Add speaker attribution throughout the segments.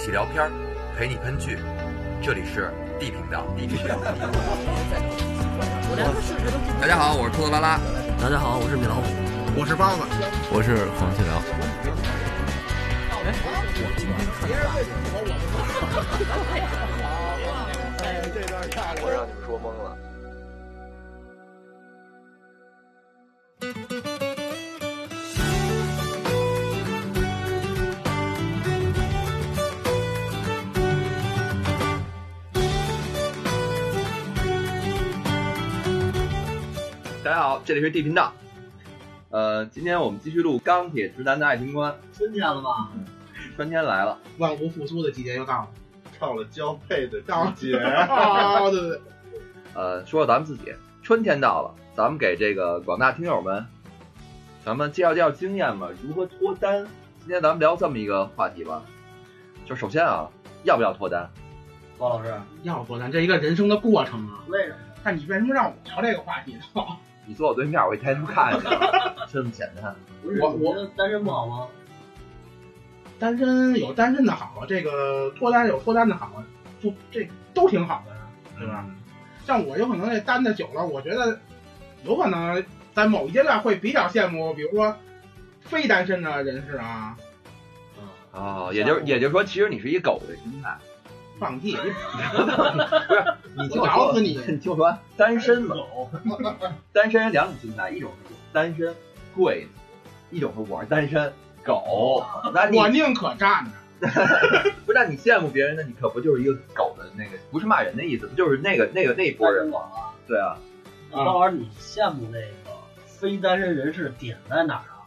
Speaker 1: 起聊片儿，陪你喷剧。这里是 D 频道。D 频道。大家好，我是兔子拉拉。
Speaker 2: 大家好，我是米老虎。
Speaker 3: 我是包子，
Speaker 4: 我是黄继辽。
Speaker 5: 我让你们说懵了。
Speaker 1: 大家好，这里是 D 频道。呃，今天我们继续录《钢铁直男的爱情观》，
Speaker 3: 春天了吧？
Speaker 1: 春天来了。
Speaker 3: 万物复苏的季节又到了，
Speaker 6: 到了交配的季 节，
Speaker 3: 啊，对对对，
Speaker 1: 呃，说说咱们自己，春天到了，咱们给这个广大听友们，咱们介绍介绍经验吧，如何脱单。今天咱们聊这么一个话题吧，就首先啊，要不要脱单？
Speaker 7: 包老师，
Speaker 3: 要不咱这一个人生的过程啊，
Speaker 7: 为什么？那你为什么让我聊这个话题呢？
Speaker 1: 你坐我对面，我一抬头看 你，就这么简单。
Speaker 7: 不是，
Speaker 3: 我
Speaker 7: 你觉得单身不好吗？
Speaker 3: 单身有单身的好啊，这个脱单有脱单的好啊，不，这都挺好的呀，对吧？像我有可能这单的久了，我觉得有可能在某一阶段会比较羡慕，比如说非单身的人士啊，
Speaker 1: 哦，也就是也就是说，其实你是一狗的心态。
Speaker 3: 放屁，
Speaker 1: 你
Speaker 3: 我
Speaker 1: 听我
Speaker 3: 咬
Speaker 1: 说，
Speaker 3: 死哎你！
Speaker 1: 你听我说，单身 嘛，单身有两种心态，一种是单身贵，一种是我是单身狗。那你
Speaker 3: 我宁可站着。
Speaker 1: 不让你羡慕别人，那你可不就是一个狗的那个，不是骂人的意思，就是那个那个那一波人吗？对啊，
Speaker 3: 啊
Speaker 7: 包老师，你羡慕那个非单身人士点在哪儿啊？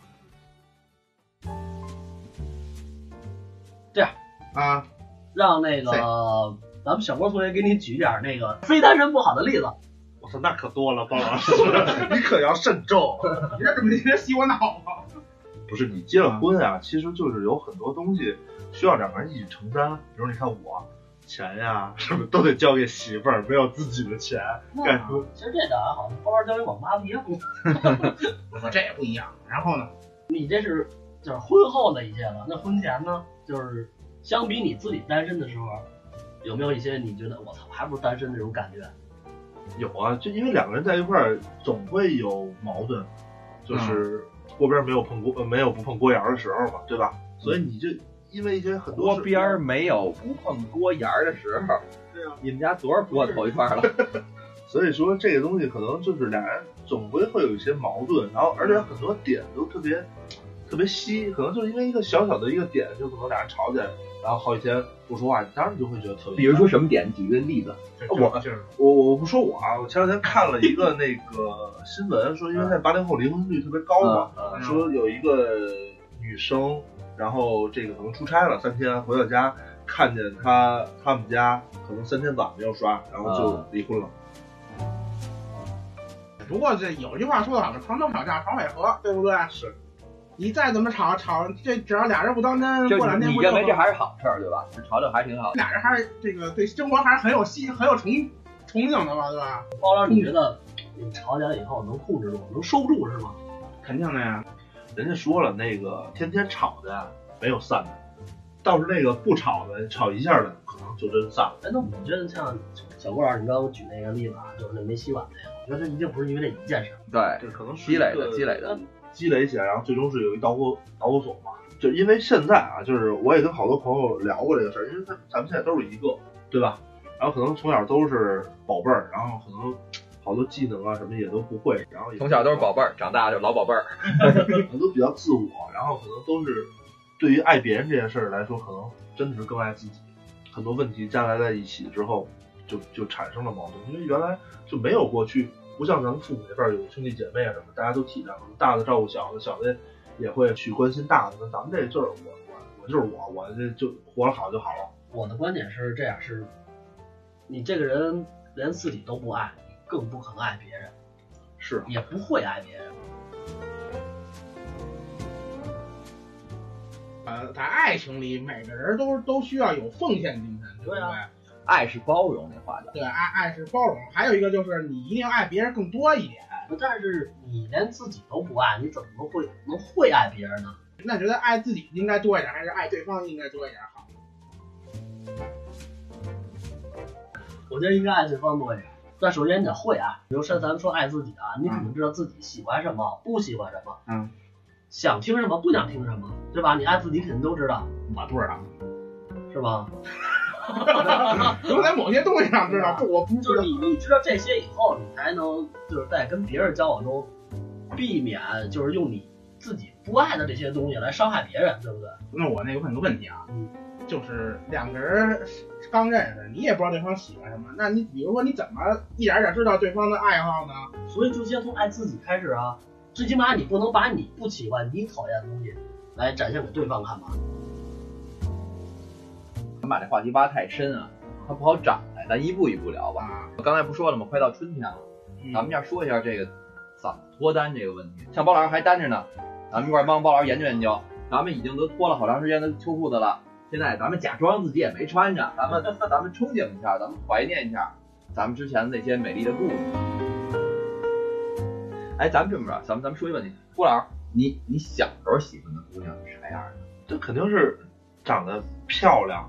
Speaker 3: 啊，
Speaker 7: 让那个
Speaker 3: 对
Speaker 7: 咱们小波同学给你举点儿那个非单身不好的例子。
Speaker 6: 我操，那可多了，包老师，你可要慎重。
Speaker 3: 你这怎么一直洗我脑啊？
Speaker 6: 不是你结了婚啊，其实就是有很多东西需要两个人一起承担，比如你看我，钱呀、什么都得交给媳妇儿，没有自己的钱，干什么？
Speaker 7: 其实这点还好，包老师交给我妈不一样。
Speaker 3: 我说这也不一样。然后呢？
Speaker 7: 你这是就是婚后的一些了，那婚前呢？就是相比你自己单身的时候，有没有一些你觉得我操，还不如单身那种感觉？
Speaker 6: 有啊，就因为两个人在一块儿总会有矛盾，就是锅边儿没有碰锅，呃没有不碰锅沿儿的时候嘛，对吧？所以你就因为一些很多
Speaker 1: 锅
Speaker 6: 事
Speaker 1: 边儿没有不碰锅沿儿的时候。你们家多少锅头一块儿了？
Speaker 6: 所以说这个东西可能就是俩人总归会有一些矛盾，然后而且很多点都特别特别稀，可能就是因为一个小小的一个点，就可能俩人吵起来，然后好几天不说话，你当然你就会觉得特别。
Speaker 1: 比如说什么点？举个例子。
Speaker 6: 这我我我不说我啊，我前两天看了一个那个新闻，说因为现在八零后离婚率特别高嘛，
Speaker 1: 嗯
Speaker 6: 说有一个女生，然后这个可能出差了三天，回到家看见她他们家可能三天澡没有刷，然后就离婚了。
Speaker 3: 不过这有句话说得好，床头吵架床尾和，对不对？
Speaker 6: 是。
Speaker 3: 你再怎么吵吵，这只要俩人不当真，
Speaker 1: 就
Speaker 3: 过两天
Speaker 1: 你
Speaker 3: 不就
Speaker 1: 认为这还是好事儿对吧？这潮流还挺好。
Speaker 3: 俩人还是这个对生活还是很有希很有憧憧憬的吧，对吧？
Speaker 7: 包老师，你觉得你吵架以后能控制住，能收住是吗？
Speaker 3: 肯定的呀。
Speaker 6: 人家说了，那个天天吵的呀没有散的，倒是那个不吵的，吵一下的可能就真散了。
Speaker 7: 哎，那我觉得像小郭老师，你刚刚举那个例子啊，就是那没洗碗那个，我觉得这一定不是因为这一件事儿。
Speaker 1: 对，
Speaker 6: 这可能是
Speaker 1: 积累的，积累的。
Speaker 6: 积累起来，然后最终是有一导火导火索嘛。就因为现在啊，就是我也跟好多朋友聊过这个事儿，因为咱咱们现在都是一个，对吧？然后可能从小都是宝贝儿，然后可能好多技能啊什么也都不会，然后也
Speaker 1: 从小都是宝贝儿，长大就老宝贝儿。
Speaker 6: 可能都比较自我，然后可能都是对于爱别人这件事儿来说，可能真的是更爱自己。很多问题加来在一起之后，就就产生了矛盾，因为原来就没有过去，不像咱们父母那辈儿有兄弟姐妹啊什么，大家都体谅，大的照顾小的，小的也会去关心大的。咱们这就是我我我就是我，我这就活得好就好了。
Speaker 7: 我的观点是这样：是，你这个人连自己都不爱，你更不可能爱别人，
Speaker 6: 是
Speaker 7: 也不会爱别人。
Speaker 3: 呃，在爱情里，每个人都都需要有奉献精神，对不对？
Speaker 7: 对啊
Speaker 1: 爱是包容那话讲。
Speaker 3: 对，爱爱是包容，还有一个就是你一定要爱别人更多一点。
Speaker 7: 但是你连自己都不爱，你怎么能会能会爱别人呢？
Speaker 3: 那觉得爱自己应该多一点，还是爱对方应该多一点好？
Speaker 7: 我觉得应该爱对方多一点。但首先你得会啊，比如说咱们说爱自己啊，你肯定知道自己喜欢什么，不喜欢什么，
Speaker 3: 嗯，
Speaker 7: 想听什么，不想听什么，对吧？你爱自己肯定都知道，
Speaker 3: 我不
Speaker 6: 啊
Speaker 3: 知道，
Speaker 7: 是吧？
Speaker 3: 有在某些东西上知道，这我不
Speaker 7: 就
Speaker 3: 知
Speaker 7: 是
Speaker 3: 道。
Speaker 7: 你你知道这些以后，你才能就是在跟别人交往中，避免就是用你自己不爱的这些东西来伤害别人，对不对？
Speaker 3: 那我那有很多问题啊
Speaker 7: 嗯，
Speaker 3: 就是两个人刚认识，你也不知道对方喜欢什么，那你比如说你怎么一点点知道对方的爱好呢？
Speaker 7: 所以就先从爱自己开始啊，最起码你不能把你不喜欢、你讨厌的东西来展现给对方看吧。
Speaker 1: 咱把这话题挖太深啊，它不好展开，咱一步一步聊吧。
Speaker 3: 啊，
Speaker 1: 我刚才不说了吗？快到春天了，
Speaker 3: 嗯
Speaker 1: 咱们要说一下这个怎么脱单这个问题。像包老师还单着呢，咱们一块儿帮包老师研究研究。咱们已经都脱了好长时间的秋裤子了，现在咱们假装自己也没穿着，咱们咱们憧憬一下，咱们怀念一下咱们之前的那些美丽的故事。哎，咱们这么着，咱们咱们说一个问题，郭老师，你你小时候喜欢的姑娘是啥样的？
Speaker 6: 这肯定是长得漂亮，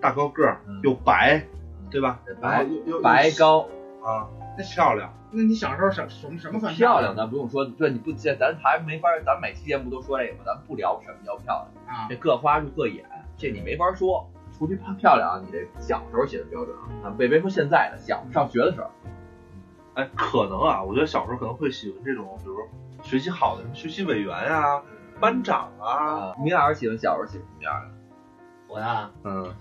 Speaker 6: 大高个儿
Speaker 1: 嗯
Speaker 6: 又白，对吧？
Speaker 1: 白
Speaker 6: 又又
Speaker 1: 白高
Speaker 6: 啊，漂亮。
Speaker 3: 那你小时候什什么什么算
Speaker 1: 漂亮？咱不用说，对，你不见咱还没法，咱每期节目都说这个，咱不聊什么叫漂亮，
Speaker 3: 啊
Speaker 1: 这？各花入各眼，这你没法说。除去漂漂亮，你这小时候写的标准啊，啊，别别说现在的，小上学的时候，
Speaker 6: 哎，可能啊，我觉得小时候可能会喜欢这种，比如说学习好的人，学习委员呀、班长啊，
Speaker 1: 啊，米老师喜欢小时候喜欢什么样的？
Speaker 7: 我呀，
Speaker 1: 嗯，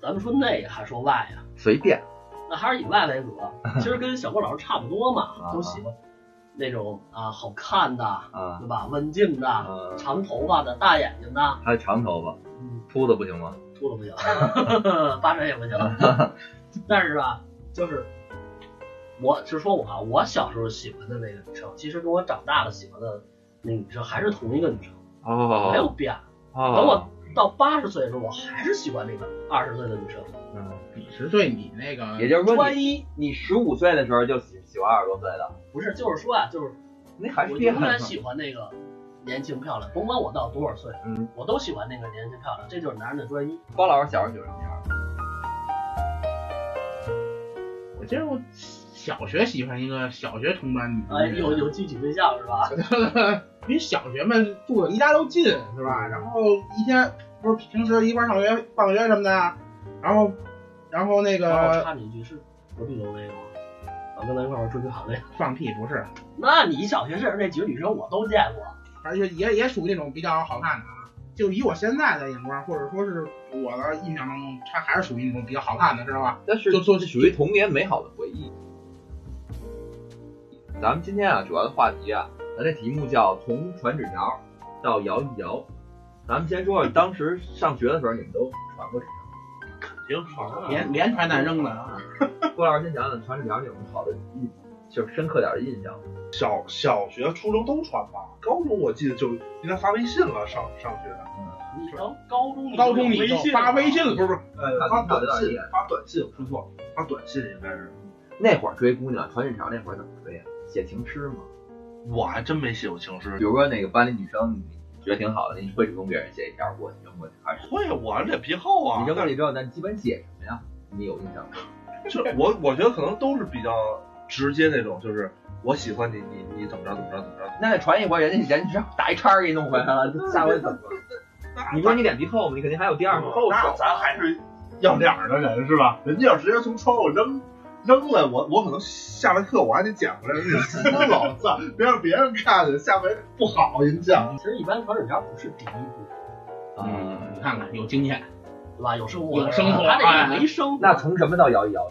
Speaker 7: 咱们说内还说外呀，
Speaker 1: 随便
Speaker 7: 那还是以外为主啊。其实跟小郭老师差不多嘛，
Speaker 1: 啊
Speaker 7: 都喜欢那种啊好看的，
Speaker 1: 啊
Speaker 7: 对吧？文静
Speaker 1: 啊
Speaker 7: 的，，长头发的，大眼睛的，
Speaker 1: 还有长头发，
Speaker 7: 嗯，
Speaker 1: 秃子不行吗？
Speaker 7: 秃 子不行，八成也 不行。但是吧，就是我就说我啊，我小时候喜欢的那个女生，其实跟我长大了喜欢的那个女生还是同一个女生，没有
Speaker 1: 哦，
Speaker 7: 变。
Speaker 1: 哦
Speaker 7: 等我到八十岁的时候，我还是喜欢那个二十岁的女生。
Speaker 1: 嗯，
Speaker 3: 你是对你那个
Speaker 1: 也就是说
Speaker 7: 专
Speaker 1: 你，
Speaker 7: 一
Speaker 1: 你十五岁的时候就喜喜欢二十多岁的，
Speaker 7: 不是，就是说啊，就是
Speaker 1: 那还是
Speaker 7: 我
Speaker 1: 变
Speaker 7: 永
Speaker 1: 了
Speaker 7: 远。喜欢那个年轻漂亮，甭管我到多少岁，
Speaker 1: 嗯，
Speaker 7: 我都喜欢那个年轻漂亮，这就是男人的专一。
Speaker 1: 包老师小时候喜欢什么样？
Speaker 3: 我记得我小学喜欢一个小学同班
Speaker 1: 嗯
Speaker 3: 女
Speaker 7: 哎，
Speaker 3: 同学，
Speaker 7: 有有具体对象是吧？
Speaker 3: 因为小学嘛住的离家都近，是吧？然后一天不是平时一块儿上学、放学什么的，啊然后然后那
Speaker 1: 啊
Speaker 7: 我
Speaker 3: 个
Speaker 7: 插你一句，是隔壁楼那个吗？啊，跟咱一块玩春节好那个。
Speaker 3: 放屁不是，
Speaker 7: 那你小学时候那几个女生我都见过，
Speaker 3: 反正就也也属于那种比较好看的啊。就以我现在的眼光，或者说是我的印象当中，她还是属于那种比较好看的，知道吧？
Speaker 1: 但是
Speaker 3: 就做
Speaker 1: 这属于童年美好的回忆。咱们今天啊，主要的话题啊，咱这题目叫从传纸条到摇一摇。咱们先说说当时上学的时候，你们都传过纸
Speaker 6: 挺好的。
Speaker 3: 连连传带扔的啊，
Speaker 1: 条。郭老师先讲讲传纸条你有什么好的印，就是深刻点的印象。
Speaker 6: 小小学、初中都穿吧，高中我记得就应该发微信了，上上学
Speaker 7: 你到高中你
Speaker 3: 高中你
Speaker 7: 微
Speaker 3: 就
Speaker 7: 信
Speaker 3: 发微信
Speaker 7: 了
Speaker 3: 了，不是不是，
Speaker 6: 呃
Speaker 1: 发
Speaker 6: 发
Speaker 1: 短
Speaker 6: 短
Speaker 1: 信
Speaker 6: 信，发短信，说错，了，发短信应该是。
Speaker 1: 那会儿追姑娘传纸条，那会儿怎么追呀、写情诗吗？
Speaker 6: 我还真没写过情诗
Speaker 1: 比，如说哪个班里女生你觉得挺好的，你会主动给人写一条过去扔过去，还是
Speaker 6: 会我脸皮厚啊。
Speaker 1: 你扔过去之后，那你基本写什么呀？你有印象吗？
Speaker 6: 就是我我觉得可能都是比较直接那种，就是我喜欢你，你你怎么着怎么着怎么着。
Speaker 1: 那得传一回，人家人家打一叉儿给你弄回来了，下回怎么办？你不是你脸皮厚吗？你肯定还有第二层厚
Speaker 6: 那
Speaker 1: 手。
Speaker 6: 咱还是要脸儿的人是吧？人家要直接从窗户扔扔了，我我可能下了课我还得捡回来，给撕 了，操！别让别人看见，下回不好印象。
Speaker 7: 啊其实一般传纸条不是第一步，
Speaker 1: 啊
Speaker 6: 嗯
Speaker 3: 你看看有经验，
Speaker 7: 对吧？有生活的人，
Speaker 3: 有生活哎
Speaker 7: 他得没生活。
Speaker 1: 那从什么到摇一摇？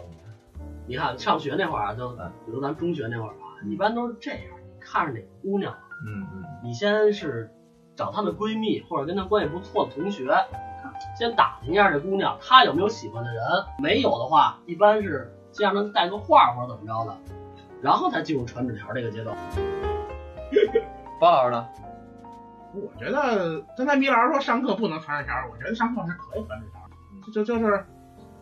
Speaker 7: 你看上学那会儿啊，就
Speaker 1: 嗯
Speaker 7: 比如咱中学那会儿啊，一般都是这样，啊你看着哪个姑娘，
Speaker 1: 嗯嗯，
Speaker 7: 你先是找她的闺蜜或者跟她关系不错的同学，先打听一下这姑娘她有没有喜欢的人，没有的话，一般是先让她带个话或者怎么着的，然后才进入传纸条这个阶段。
Speaker 1: 包老师呢？
Speaker 3: 我觉得刚才米老师说上课不能传纸条，我觉得上课是可以传纸条的，就就就是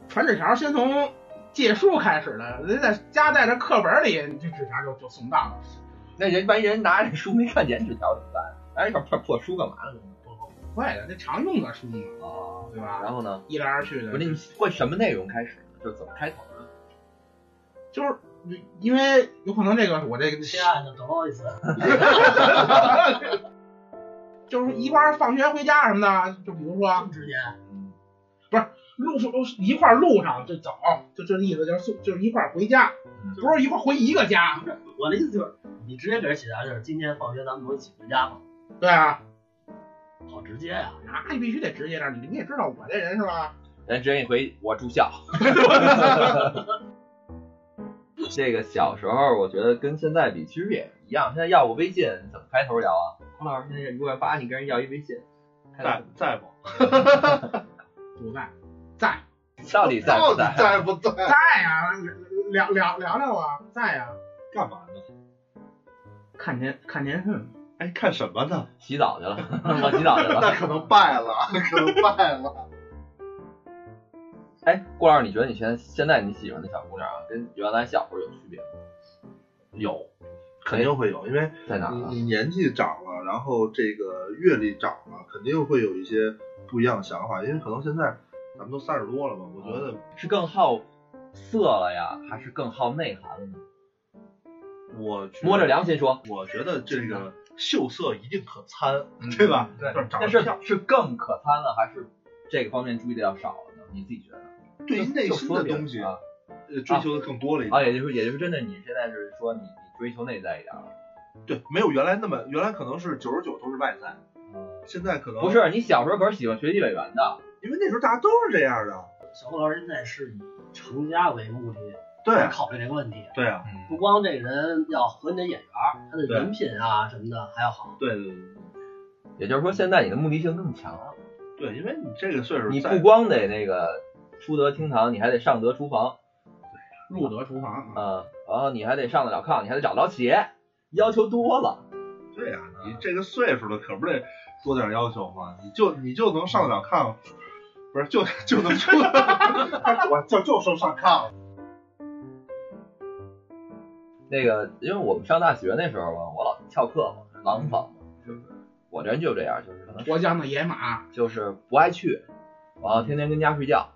Speaker 3: 传纸条先从借书开始的，人家在家带着课本里，这纸条就就送到了。
Speaker 1: 那人万一人拿着书没看见纸条怎么办？拿一块破破书干嘛呢？
Speaker 3: 快的，这常用的书嘛，
Speaker 1: 啊，
Speaker 3: 对吧？
Speaker 1: 然后呢？
Speaker 3: 一来二去的
Speaker 1: 不，是你会什么内容开始？就是怎么开头呢？
Speaker 3: 就是因为有可能这个我这个
Speaker 7: 亲爱的，不好意思，
Speaker 3: 就是一块儿放学回家什么的，就比如
Speaker 7: 这
Speaker 3: 说
Speaker 7: 么直接，啊
Speaker 3: 路一块儿路上就走，就这意思，就是送就是一块儿回家，不是一块儿回一个家，
Speaker 7: 我的意思就是，你直接给人写下就是今天放学咱们不是一起回家吗？
Speaker 3: 对啊，
Speaker 7: 好直接呀、
Speaker 3: 那你必须得直接点儿，你你也知道我这人是吧？
Speaker 1: 人直接一回我住 校。这个小时候我觉得跟现在比其实也一样，现在要个微信怎么开头聊啊？黄老师现在如果要八，你跟人要一微信，开
Speaker 6: 在
Speaker 1: 头
Speaker 6: 在不？
Speaker 3: 不在，在
Speaker 1: 到底在不
Speaker 6: 到底
Speaker 1: 在？
Speaker 6: 在不在？
Speaker 3: 在呀、聊聊聊聊啊，在呀、
Speaker 6: 干嘛呢？
Speaker 3: 看电看电视，
Speaker 6: 哎，看什么呢？
Speaker 1: 洗澡去了， 我洗澡去
Speaker 6: 那
Speaker 1: 了。
Speaker 6: 可能败了，可能败了。
Speaker 1: 哎，郭老师，你觉得你现在现在你喜欢的小姑娘啊，跟原来小时候有区别吗？
Speaker 6: 有， 肯定会有，因为
Speaker 1: 在哪儿
Speaker 6: 你
Speaker 1: 啊？
Speaker 6: 你年纪长了，然后这个阅历长了，肯定会有一些不一样的想法，因为可能现在咱们都三十多了吧，我觉得
Speaker 1: 是更好色了呀，还是更好内涵了呢？
Speaker 6: 我觉得
Speaker 1: 摸着，良心说，
Speaker 6: 我觉得这个秀色一定可餐，
Speaker 3: 嗯
Speaker 6: 对吧？
Speaker 1: 对
Speaker 6: 就是
Speaker 1: 但
Speaker 6: 长得
Speaker 1: 是
Speaker 6: 漂亮
Speaker 1: 是更可餐了，还是这个方面注意的要少了呢？你自己觉得？
Speaker 6: 对于内
Speaker 1: 就
Speaker 6: 心的
Speaker 1: 说别
Speaker 6: 东西
Speaker 1: 啊，
Speaker 6: 呃追求的更多了一点。
Speaker 1: 啊，也就是也就是真的，你现在是说你你追求内在一点了，
Speaker 6: 对，没有原来那么，原来可能是九十九都是外在，现在可能
Speaker 1: 嗯不，是？你小时候可是喜欢学习委员的，
Speaker 6: 因为那时候大家都是这样的。
Speaker 7: 小郭老师现在是以成家为目的
Speaker 6: 对
Speaker 7: 来，考虑这个问题，
Speaker 6: 对啊，
Speaker 7: 不光这个人要合你的眼缘儿，他的人品啊什么的还要好。
Speaker 6: 对对对
Speaker 1: 也就是说现在你的目的性更强了，
Speaker 6: 对，对因为你这个岁数
Speaker 1: 你
Speaker 6: 在
Speaker 1: 不光得那个出得厅堂，你还得上得厨房
Speaker 3: 入得厨房啊，
Speaker 1: 啊、然后你还得上得了炕，你还得找得着鞋，要求多了。
Speaker 6: 对呀、
Speaker 1: 啊
Speaker 6: 你这个岁数了，可不得多点要求吗？你就你就能上得了炕，不是就就能出， 我就就说上炕了。
Speaker 1: 那个，因为我们上大学那时候吧，我老翘课嘛，廊坊嘛，就是我这人就这样，就是可能
Speaker 3: 脱缰的野马，
Speaker 1: 就是不爱去，然后天天跟家睡觉。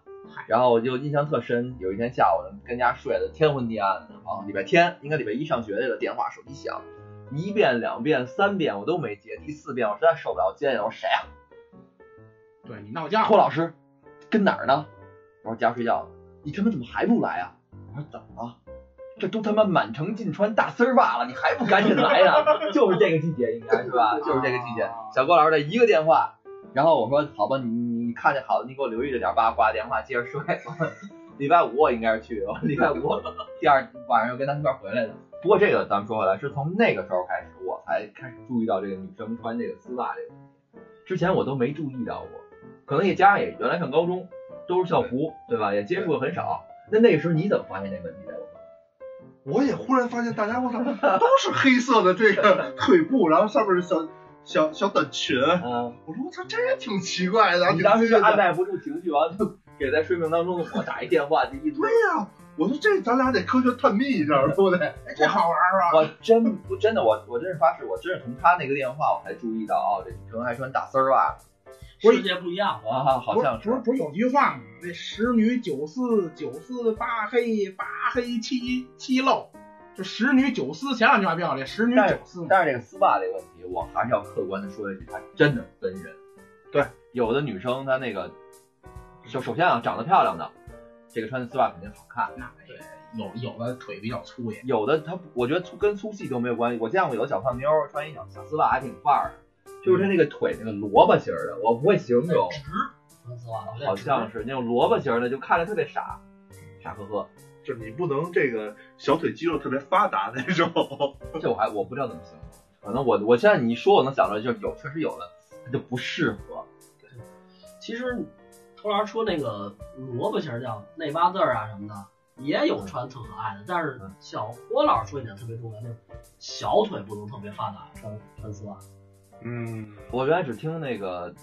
Speaker 1: 然后我就印象特深，有一天下午跟家睡得天昏地暗的，啊，礼拜天应该礼拜一上学去了，电话手机响，一遍两遍三遍我都没接，第四遍我实在受不了接起来，我说谁啊？
Speaker 3: 对你闹觉，
Speaker 1: 霍老师，跟哪儿呢？我说家睡觉呢。你他妈怎么还不来啊？我说怎么了？这都他妈满城尽穿大丝袜了，你还不赶紧来 呀、就是这个季节，应该是吧？就是这个季节。小郭老师的一个电话，然后我说好吧，你你看见好的，你给我留意着点吧，挂电话接着睡。 礼拜五我应该是去，我礼拜五第二晚上又跟他们一块儿回来的。不过这个咱们说回来，是从那个时候开始，我才开始注意到这个女生穿这个丝袜这个问题，之前我都没注意到过。可能也加上也原来上高中都是校服，对吧？也接触的很少。那那个时候你怎么发现这问题的？
Speaker 6: 我也忽然发现，大家我操，都是黑色的这个腿部，然后上面是小小小短裙。
Speaker 1: 嗯，
Speaker 6: 我说我操，这也挺奇怪的，
Speaker 1: 你
Speaker 6: 挺
Speaker 1: 当时
Speaker 6: 新
Speaker 1: 就
Speaker 6: 鲜
Speaker 1: 按
Speaker 6: 的。
Speaker 1: 耐不住情绪，完了就给在睡梦当中的我打一电话，就一
Speaker 6: 对呀、我说这咱俩得科学探秘一下，对不对？
Speaker 3: 哎，这好玩儿啊，
Speaker 1: 我真不真的我我真是发誓，我真是从他那个电话我才注意到哦，这女生还穿大丝儿袜
Speaker 3: 不是
Speaker 7: 世界不一样，
Speaker 1: 啊，
Speaker 3: 不
Speaker 1: 好
Speaker 3: 是
Speaker 1: 像
Speaker 3: 不是不是有句话吗？那十女九四九四八黑八黑七七漏，就十女九四，前两句还比较烈，十女九四嘛，
Speaker 1: 但是这个丝袜这个问题，我还是要客观的说一句，它真的分人。
Speaker 6: 对，
Speaker 1: 有的女生她那个，首首先啊，长得漂亮的，这个穿的丝袜肯定好看。
Speaker 3: 那对有有的腿比较粗也，
Speaker 1: 有的她，我觉得粗跟粗细都没有关系。我见过有的小胖妞儿穿一小小丝袜还挺范儿的，就是她那个腿那个萝卜型儿的，我不会形容，
Speaker 7: 粉丝啊袜
Speaker 1: 好像是那种萝卜型儿的，就看着特别傻，傻呵呵。
Speaker 6: 就是你不能这个小腿肌肉特别发达那种。
Speaker 1: 这我还我不知道怎么形容，反正我我现在你一说我能想出来，就是有确实有的，它就不适合。
Speaker 7: 其实头老师说那个萝卜型叫内八字儿啊什么的，也有穿特可爱的，但是小郭老师说一点特别重要，就是小腿不能特别发达，穿穿丝啊袜。
Speaker 6: 嗯，
Speaker 1: 我原来只听那个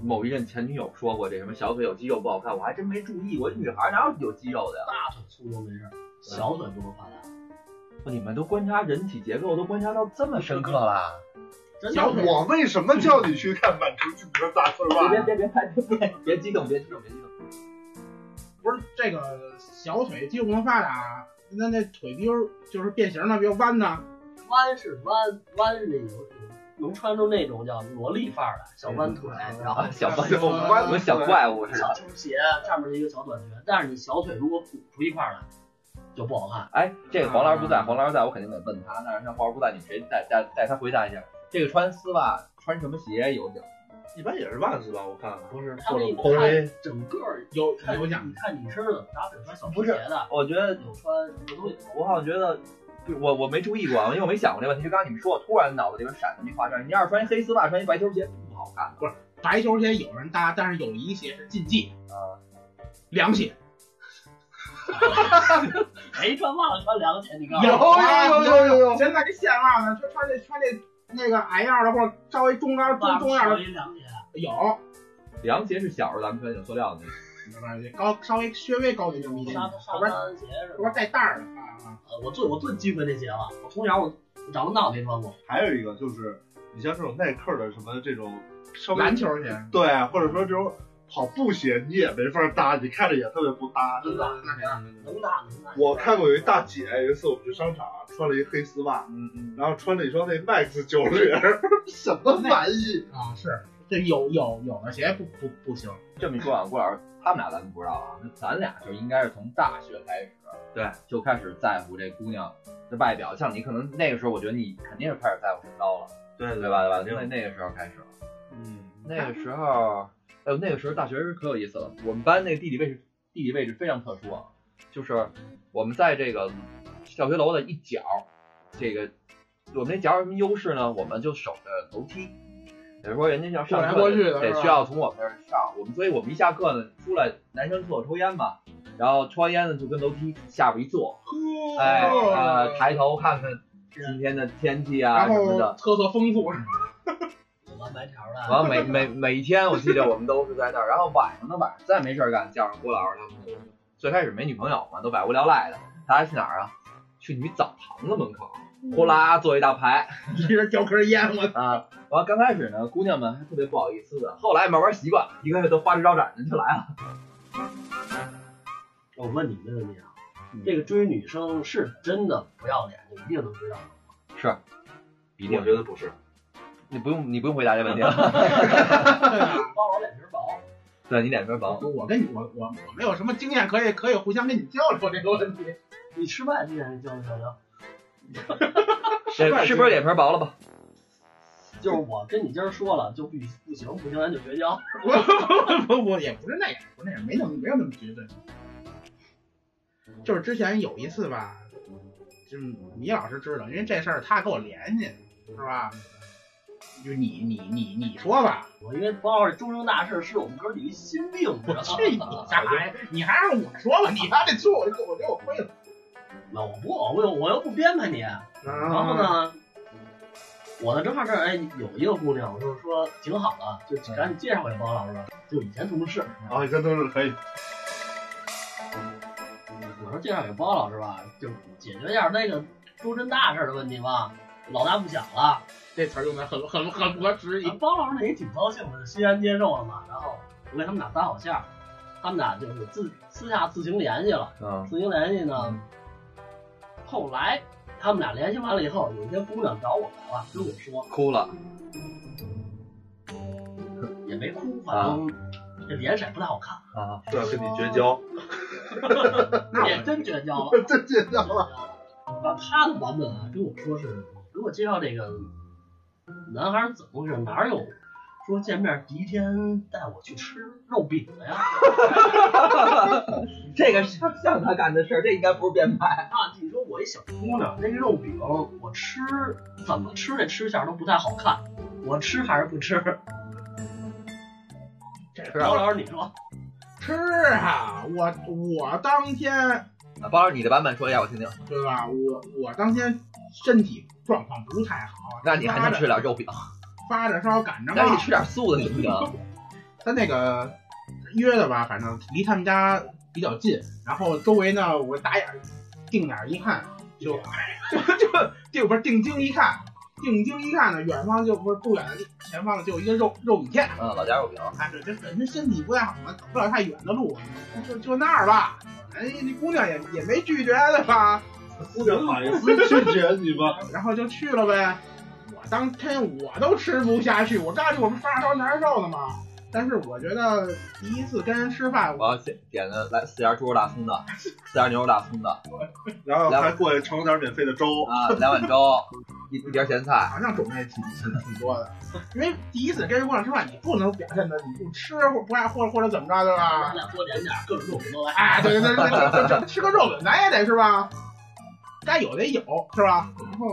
Speaker 1: 某一任前女友说过这什么小腿有肌肉不好看，我还真没注意。我女孩哪有有肌肉的呀？
Speaker 7: 大腿粗都没事儿，小腿不能发达。
Speaker 1: 你们都观察人体结构都观察到这么深刻啦？
Speaker 7: 真
Speaker 3: 小腿
Speaker 7: 的。
Speaker 6: 我为什么叫你去看满城尽是大刺
Speaker 1: 别别
Speaker 6: 袜？
Speaker 1: 别别别别别激动，别激动，别激动。
Speaker 3: 不是这个小腿肌肉不能发达，那那腿比如就是变形的，比如弯的，
Speaker 7: 弯是弯，弯是那种能穿出那种叫萝莉范儿的小弯腿，然后
Speaker 1: 啊，小怪
Speaker 3: 小
Speaker 1: 物，
Speaker 3: 怪物
Speaker 1: 我小怪物似
Speaker 7: 小
Speaker 1: 的。
Speaker 7: 球鞋上面是一个小短裙，但是你小腿如果鼓出一块儿来，就不好看。
Speaker 1: 哎，这个黄老师不在，黄老师在我肯定得问他。但是像黄老师不在，你们谁带带带他回答一下？这个穿丝袜穿什么鞋有讲？
Speaker 6: 一般也是万斯吧，我看都是
Speaker 7: 他
Speaker 6: 或
Speaker 7: 们
Speaker 6: 者
Speaker 7: 一
Speaker 6: 匡威
Speaker 7: 看整个儿
Speaker 3: 有
Speaker 7: 看
Speaker 3: 有讲
Speaker 7: 你看你身上怎么搭配穿小皮
Speaker 1: 不是
Speaker 7: 鞋的，
Speaker 1: 我觉得
Speaker 7: 有穿什么东西
Speaker 1: 我好像觉得，不是我我没注意过啊，因为我没想过这问题。就刚刚你们说，我突然脑子里面闪过一画面，你要是穿一黑丝袜，穿一白球鞋不好看
Speaker 3: 白球鞋有人搭，但是有一鞋是禁忌，
Speaker 1: 啊。
Speaker 3: 凉鞋。
Speaker 7: 没穿袜子穿凉鞋，你告诉
Speaker 6: 有
Speaker 7: 我，
Speaker 3: 啊有
Speaker 6: 有有有有
Speaker 3: 现在这线袜呢，就穿这穿这那个矮样的，或者稍微中高中
Speaker 7: 袜子
Speaker 3: 中样
Speaker 7: 穿
Speaker 3: 的
Speaker 7: 一凉鞋，
Speaker 3: 有，
Speaker 1: 凉鞋是小时候咱们穿那种塑料的那种，
Speaker 3: 高稍微稍微高级这么一点
Speaker 7: 沙
Speaker 3: 点，
Speaker 7: 滩
Speaker 3: 后
Speaker 7: 沙
Speaker 3: 边
Speaker 7: 滩鞋是
Speaker 3: 后
Speaker 7: 吧
Speaker 3: 边？带带儿的啊，
Speaker 7: 呃我最我最忌讳这鞋了，我从小我长到大我没穿过。
Speaker 6: 还有一个就是，你像这种耐克的什么这种稍
Speaker 3: 啊
Speaker 6: 微
Speaker 3: 篮球鞋，
Speaker 6: 对，或者说这种跑步鞋你也没法搭，你看着也特别不搭，真的。
Speaker 3: 那肯定
Speaker 7: 能搭能搭。
Speaker 6: 我看过有一大姐，有一次我们去商场啊穿了一黑丝袜，
Speaker 1: 嗯嗯，
Speaker 6: 然后穿了一双那 Max 九零， 什么玩意？
Speaker 3: 啊是，这有有有的鞋不不不行，
Speaker 1: 这么一说啊，郭老师他们俩咱们不知道啊，那咱俩就应该是从大学开始，
Speaker 6: 对，
Speaker 1: 就开始在乎这姑娘的外表。像你可能那个时候，我觉得你肯定是开始在乎身高了，
Speaker 6: 对
Speaker 1: 对吧？对吧？
Speaker 6: 肯定
Speaker 1: 那那个时候开始了。
Speaker 6: 嗯，
Speaker 1: 那个时候，哎呦，那个时候大学是可有意思了。我们班那个地理位置，地理位置非常特殊啊，就是我们在这个教学楼的一角，这个我们那角有什么优势呢？我们就守着楼梯，也就是说人家要上课
Speaker 3: 过来过去的是
Speaker 1: 得
Speaker 3: 吧
Speaker 1: 需要从我们这儿上。我们所以我们一下课呢，出来男生厕所抽烟嘛，然后抽完烟呢就跟楼梯下边一坐，
Speaker 3: 哦
Speaker 1: 哎，呃，抬头看看今天的天气啊
Speaker 3: 然
Speaker 1: 什么
Speaker 3: 后
Speaker 1: 的。嗯
Speaker 3: 特色丰富，
Speaker 7: 我玩白条的，
Speaker 1: 完了每每每天，我记得我们都是在那儿，然后晚上呢，晚上再没事儿干，叫上郭老师他们就最开始没女朋友嘛，都百无聊赖的，大家去哪儿啊？去女澡堂子门口，
Speaker 3: 嗯
Speaker 1: 呼啦坐一大排
Speaker 3: 一人叼根烟，我
Speaker 1: 啊。完了刚开始呢，姑娘们还特别不好意思的，后来慢慢习惯，了，一个个都花枝招展的就来了。
Speaker 7: 我问你一个问题啊，
Speaker 3: 嗯
Speaker 7: 这个追女生是真的不要脸，你一定能追到吗？
Speaker 1: 一定
Speaker 6: 我觉得不是，
Speaker 1: 你不用你不用回答这问题 了，
Speaker 7: 包老脸皮薄，
Speaker 1: 对你脸皮薄。
Speaker 3: 我跟你我我我没有什么经验可以可以互相跟你交流这个问题，
Speaker 7: 你吃饭竟然教教教，
Speaker 1: 脸是不是脸皮薄了吧？
Speaker 7: 就是我跟你今儿说了，就必须不行，不行咱就绝交。
Speaker 3: 不不也不是那样，不是那样，没那么没有那么绝对。就是之前有一次吧，就是米老师知道，因为这事儿他跟我联系，是吧？就你你你你说吧，
Speaker 7: 我因为包老师终生大事是我们哥几个心病，你知
Speaker 3: 我
Speaker 7: 道吗
Speaker 3: 去你家来，你还让我说 吧，你还得说我就我给我亏了。
Speaker 7: 那我不，我又我又不编排你。
Speaker 3: 啊
Speaker 7: 然后？呢，我呢正好这儿哎有一个姑娘，我就是说挺好的，就赶紧介绍给包老师吧，就以前同事。
Speaker 6: 啊，这都是可 以，
Speaker 7: 我说介绍给包老师吧，就解决一下那个周身大事儿的问题吧，老大不小了。
Speaker 3: 这词儿用的很很很不合时宜。
Speaker 7: 包老师也挺高兴的，欣然接受了嘛。然后我给他们俩搭好线儿，他们俩就是自私下自行联系了。
Speaker 1: 嗯，
Speaker 7: 自行联系呢，后来他们俩联系完了以后，有一天姑娘找我来了，跟我说
Speaker 1: 哭了。
Speaker 7: 也没哭，反
Speaker 3: 啊
Speaker 7: 正这脸色不太好看，
Speaker 1: 啊，
Speaker 6: 对，跟你绝交，
Speaker 3: 那
Speaker 7: 也
Speaker 3: 我
Speaker 7: 真绝交了。
Speaker 6: 这绝交了。
Speaker 7: 把他的版本啊跟我说是，给我介绍这个男孩是怎么回事，哪有说见面第一天带我去吃肉饼的呀？
Speaker 1: 这个像像他干的事儿，这应该不是编排。
Speaker 7: 啊，你说我一小姑娘，那肉饼我吃怎么吃这吃相都不太好看，我吃还是不吃？
Speaker 3: 这
Speaker 7: 高老师你说，
Speaker 3: 吃啊，我我当天
Speaker 1: 啊，包老师，你的版本说一下我听听。
Speaker 3: 对吧？我我当天身体状况不太好，
Speaker 1: 那你还能吃点肉饼？
Speaker 3: 发着烧赶着
Speaker 1: 那
Speaker 3: 冒
Speaker 1: 你。吃点素的行不行？
Speaker 3: 他那个约的吧，反正离他们家比较近，然后周围呢， 我打眼儿定眼儿一看，就就就不是定睛一看，定睛一看呢，远方就不是不远的地前方呢，就有一个肉肉饼店。
Speaker 1: 嗯，老家肉饼，
Speaker 3: 哎，这这本身身体不太好嘛，走不了太远的路，就就那儿吧。哎，这姑娘也也没拒绝对吧？
Speaker 6: 姑娘好意 思拒绝你吗？
Speaker 3: 然后就去了呗。我当天我都吃不下去，我告诉你，我不发烧难受的嘛。但是我觉得第一次跟人吃饭，
Speaker 1: 我
Speaker 3: 我
Speaker 1: 要点点的来四碟猪肉大葱的，四碟牛肉大葱的
Speaker 6: 然后还过去盛点免费的粥，
Speaker 1: 啊，两碗粥，一一碟咸菜，
Speaker 3: 好像种类挺挺挺多的。因为第一次跟人姑娘吃饭，你不能表现的你不吃或不爱或或者怎么着对吧
Speaker 7: 咱？俩多点点，各种肉都来。
Speaker 3: 哎，对对对对对，这吃个肉饼咱也得是吧？该有得有是吧？然后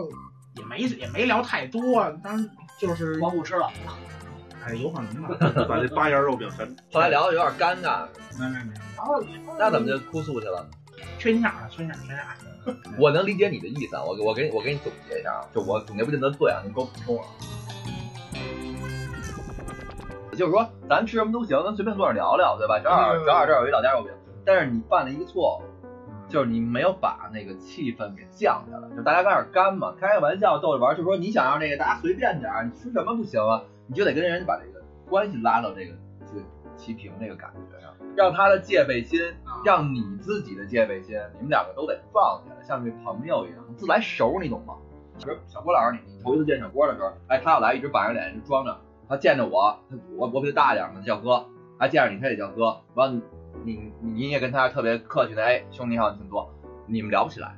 Speaker 3: 也没也没聊太多，当时就是
Speaker 7: 我不吃了，
Speaker 3: 哎有可能吧。
Speaker 6: 把这八样肉饼全
Speaker 1: 后来聊的有点尴尬，
Speaker 3: 没没没，然后
Speaker 1: 那怎么就哭诉去了？
Speaker 3: 缺心眼儿了？缺心眼儿，缺心眼儿。
Speaker 1: 我能理解你的意思，啊，我我给你我给你总结一下啊，就我总结不见得对啊，你给我补充啊。就是说，咱吃什么都行，咱随便坐着聊聊，对吧？正好
Speaker 3: 嗯
Speaker 1: 正好这儿有一老家肉饼，但是你犯了一个错误，就是你没有把那个气氛给降下来，就大家开始干嘛，开个玩笑逗着玩儿，就说你想让这个大家随便点儿，你吃什么不行啊？你就得跟人家把这个关系拉到这个这个齐平这个感觉上，让他的戒备心
Speaker 7: 啊，
Speaker 1: 让你自己的戒备心，你们两个都得放下来，像这朋友一样，自来熟，你懂吗？比如小郭老师，你你头一次见小郭的时候，哎，他要来一直板着脸就装着，他见着我，他我我比他大一点嘛，叫哥，哎，见着你他也叫哥，完了你你你也跟他特别客气的，哎，兄弟你好，你挺多，你们聊不起来，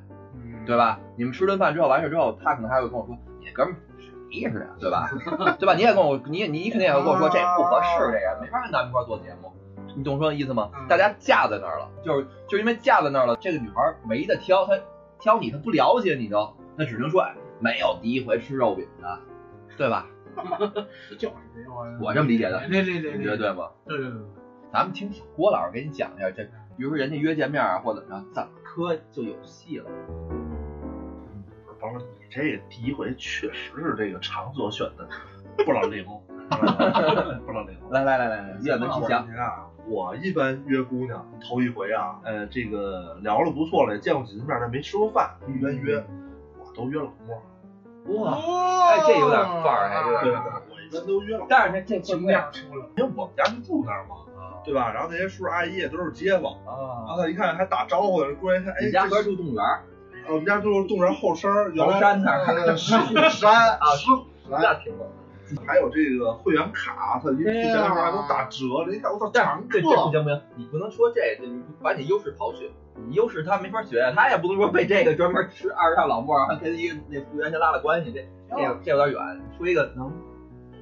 Speaker 1: 对吧？你们吃顿饭之后完事之后，他可能还会跟我说，你这哥们儿什么意思呀，对吧？ 对吧？你也跟我，你也你肯定也会跟我说这不合适，这个没法跟咱们一块儿做节目，你懂说的意思吗
Speaker 3: 嗯？
Speaker 1: 大家架在那儿了，就是就因为架在那儿了，这个女孩儿没得挑，她挑你，她不了解你都，她只能说哎没有第一回吃肉饼的，对吧？
Speaker 3: 就是我
Speaker 1: 我这么理解的，
Speaker 3: 对对对
Speaker 1: 你
Speaker 3: 对
Speaker 1: 觉得对吗？
Speaker 3: 对对对，
Speaker 1: 咱们听郭老师给你讲一下这，比如说人家约见面啊，或怎么着，怎么磕就有戏了。
Speaker 6: 甭说你这第一回确实是这个场所选的不老灵，不老灵。
Speaker 1: 来来来来来，愿闻其详。
Speaker 6: 你看啊，我一般约姑娘头一回啊，呃，这个聊了不错了，也见过几次面，但没吃过饭，一般约我都约老莫。
Speaker 1: 哇，
Speaker 3: 哇
Speaker 1: 哎这有点范儿哎这有
Speaker 6: 对
Speaker 1: 点
Speaker 6: 吧？我一般都约老莫，
Speaker 1: 但是这这
Speaker 3: 情调出来了，
Speaker 6: 因为我们家就住那儿嘛，对吧？然后那些叔叔阿姨也都是街坊，然
Speaker 1: 啊，
Speaker 6: 后他一看还打招呼呢，过来一看，哎，
Speaker 1: 你家
Speaker 6: 这
Speaker 1: 合
Speaker 6: 呃
Speaker 1: 住动物园儿，
Speaker 6: 我们家就是动人后身儿，原
Speaker 1: 黄
Speaker 6: 来
Speaker 1: 山那儿
Speaker 6: 呃石虎山
Speaker 1: 啊，是
Speaker 6: 来
Speaker 1: 那挺懂。
Speaker 6: 还有这个会员卡，它一
Speaker 3: 对
Speaker 6: 前
Speaker 3: 呀
Speaker 6: 两还都打折了，一看我操，
Speaker 1: 但
Speaker 6: 常
Speaker 1: 是这
Speaker 6: 客
Speaker 1: 这不行不行，你不能说这，这你把你优势刨去，你优势他没法学，他也不能说被这个专门吃二十大老莫儿，还跟一个那服务员先拉了关系，这这有这有点远。说一个能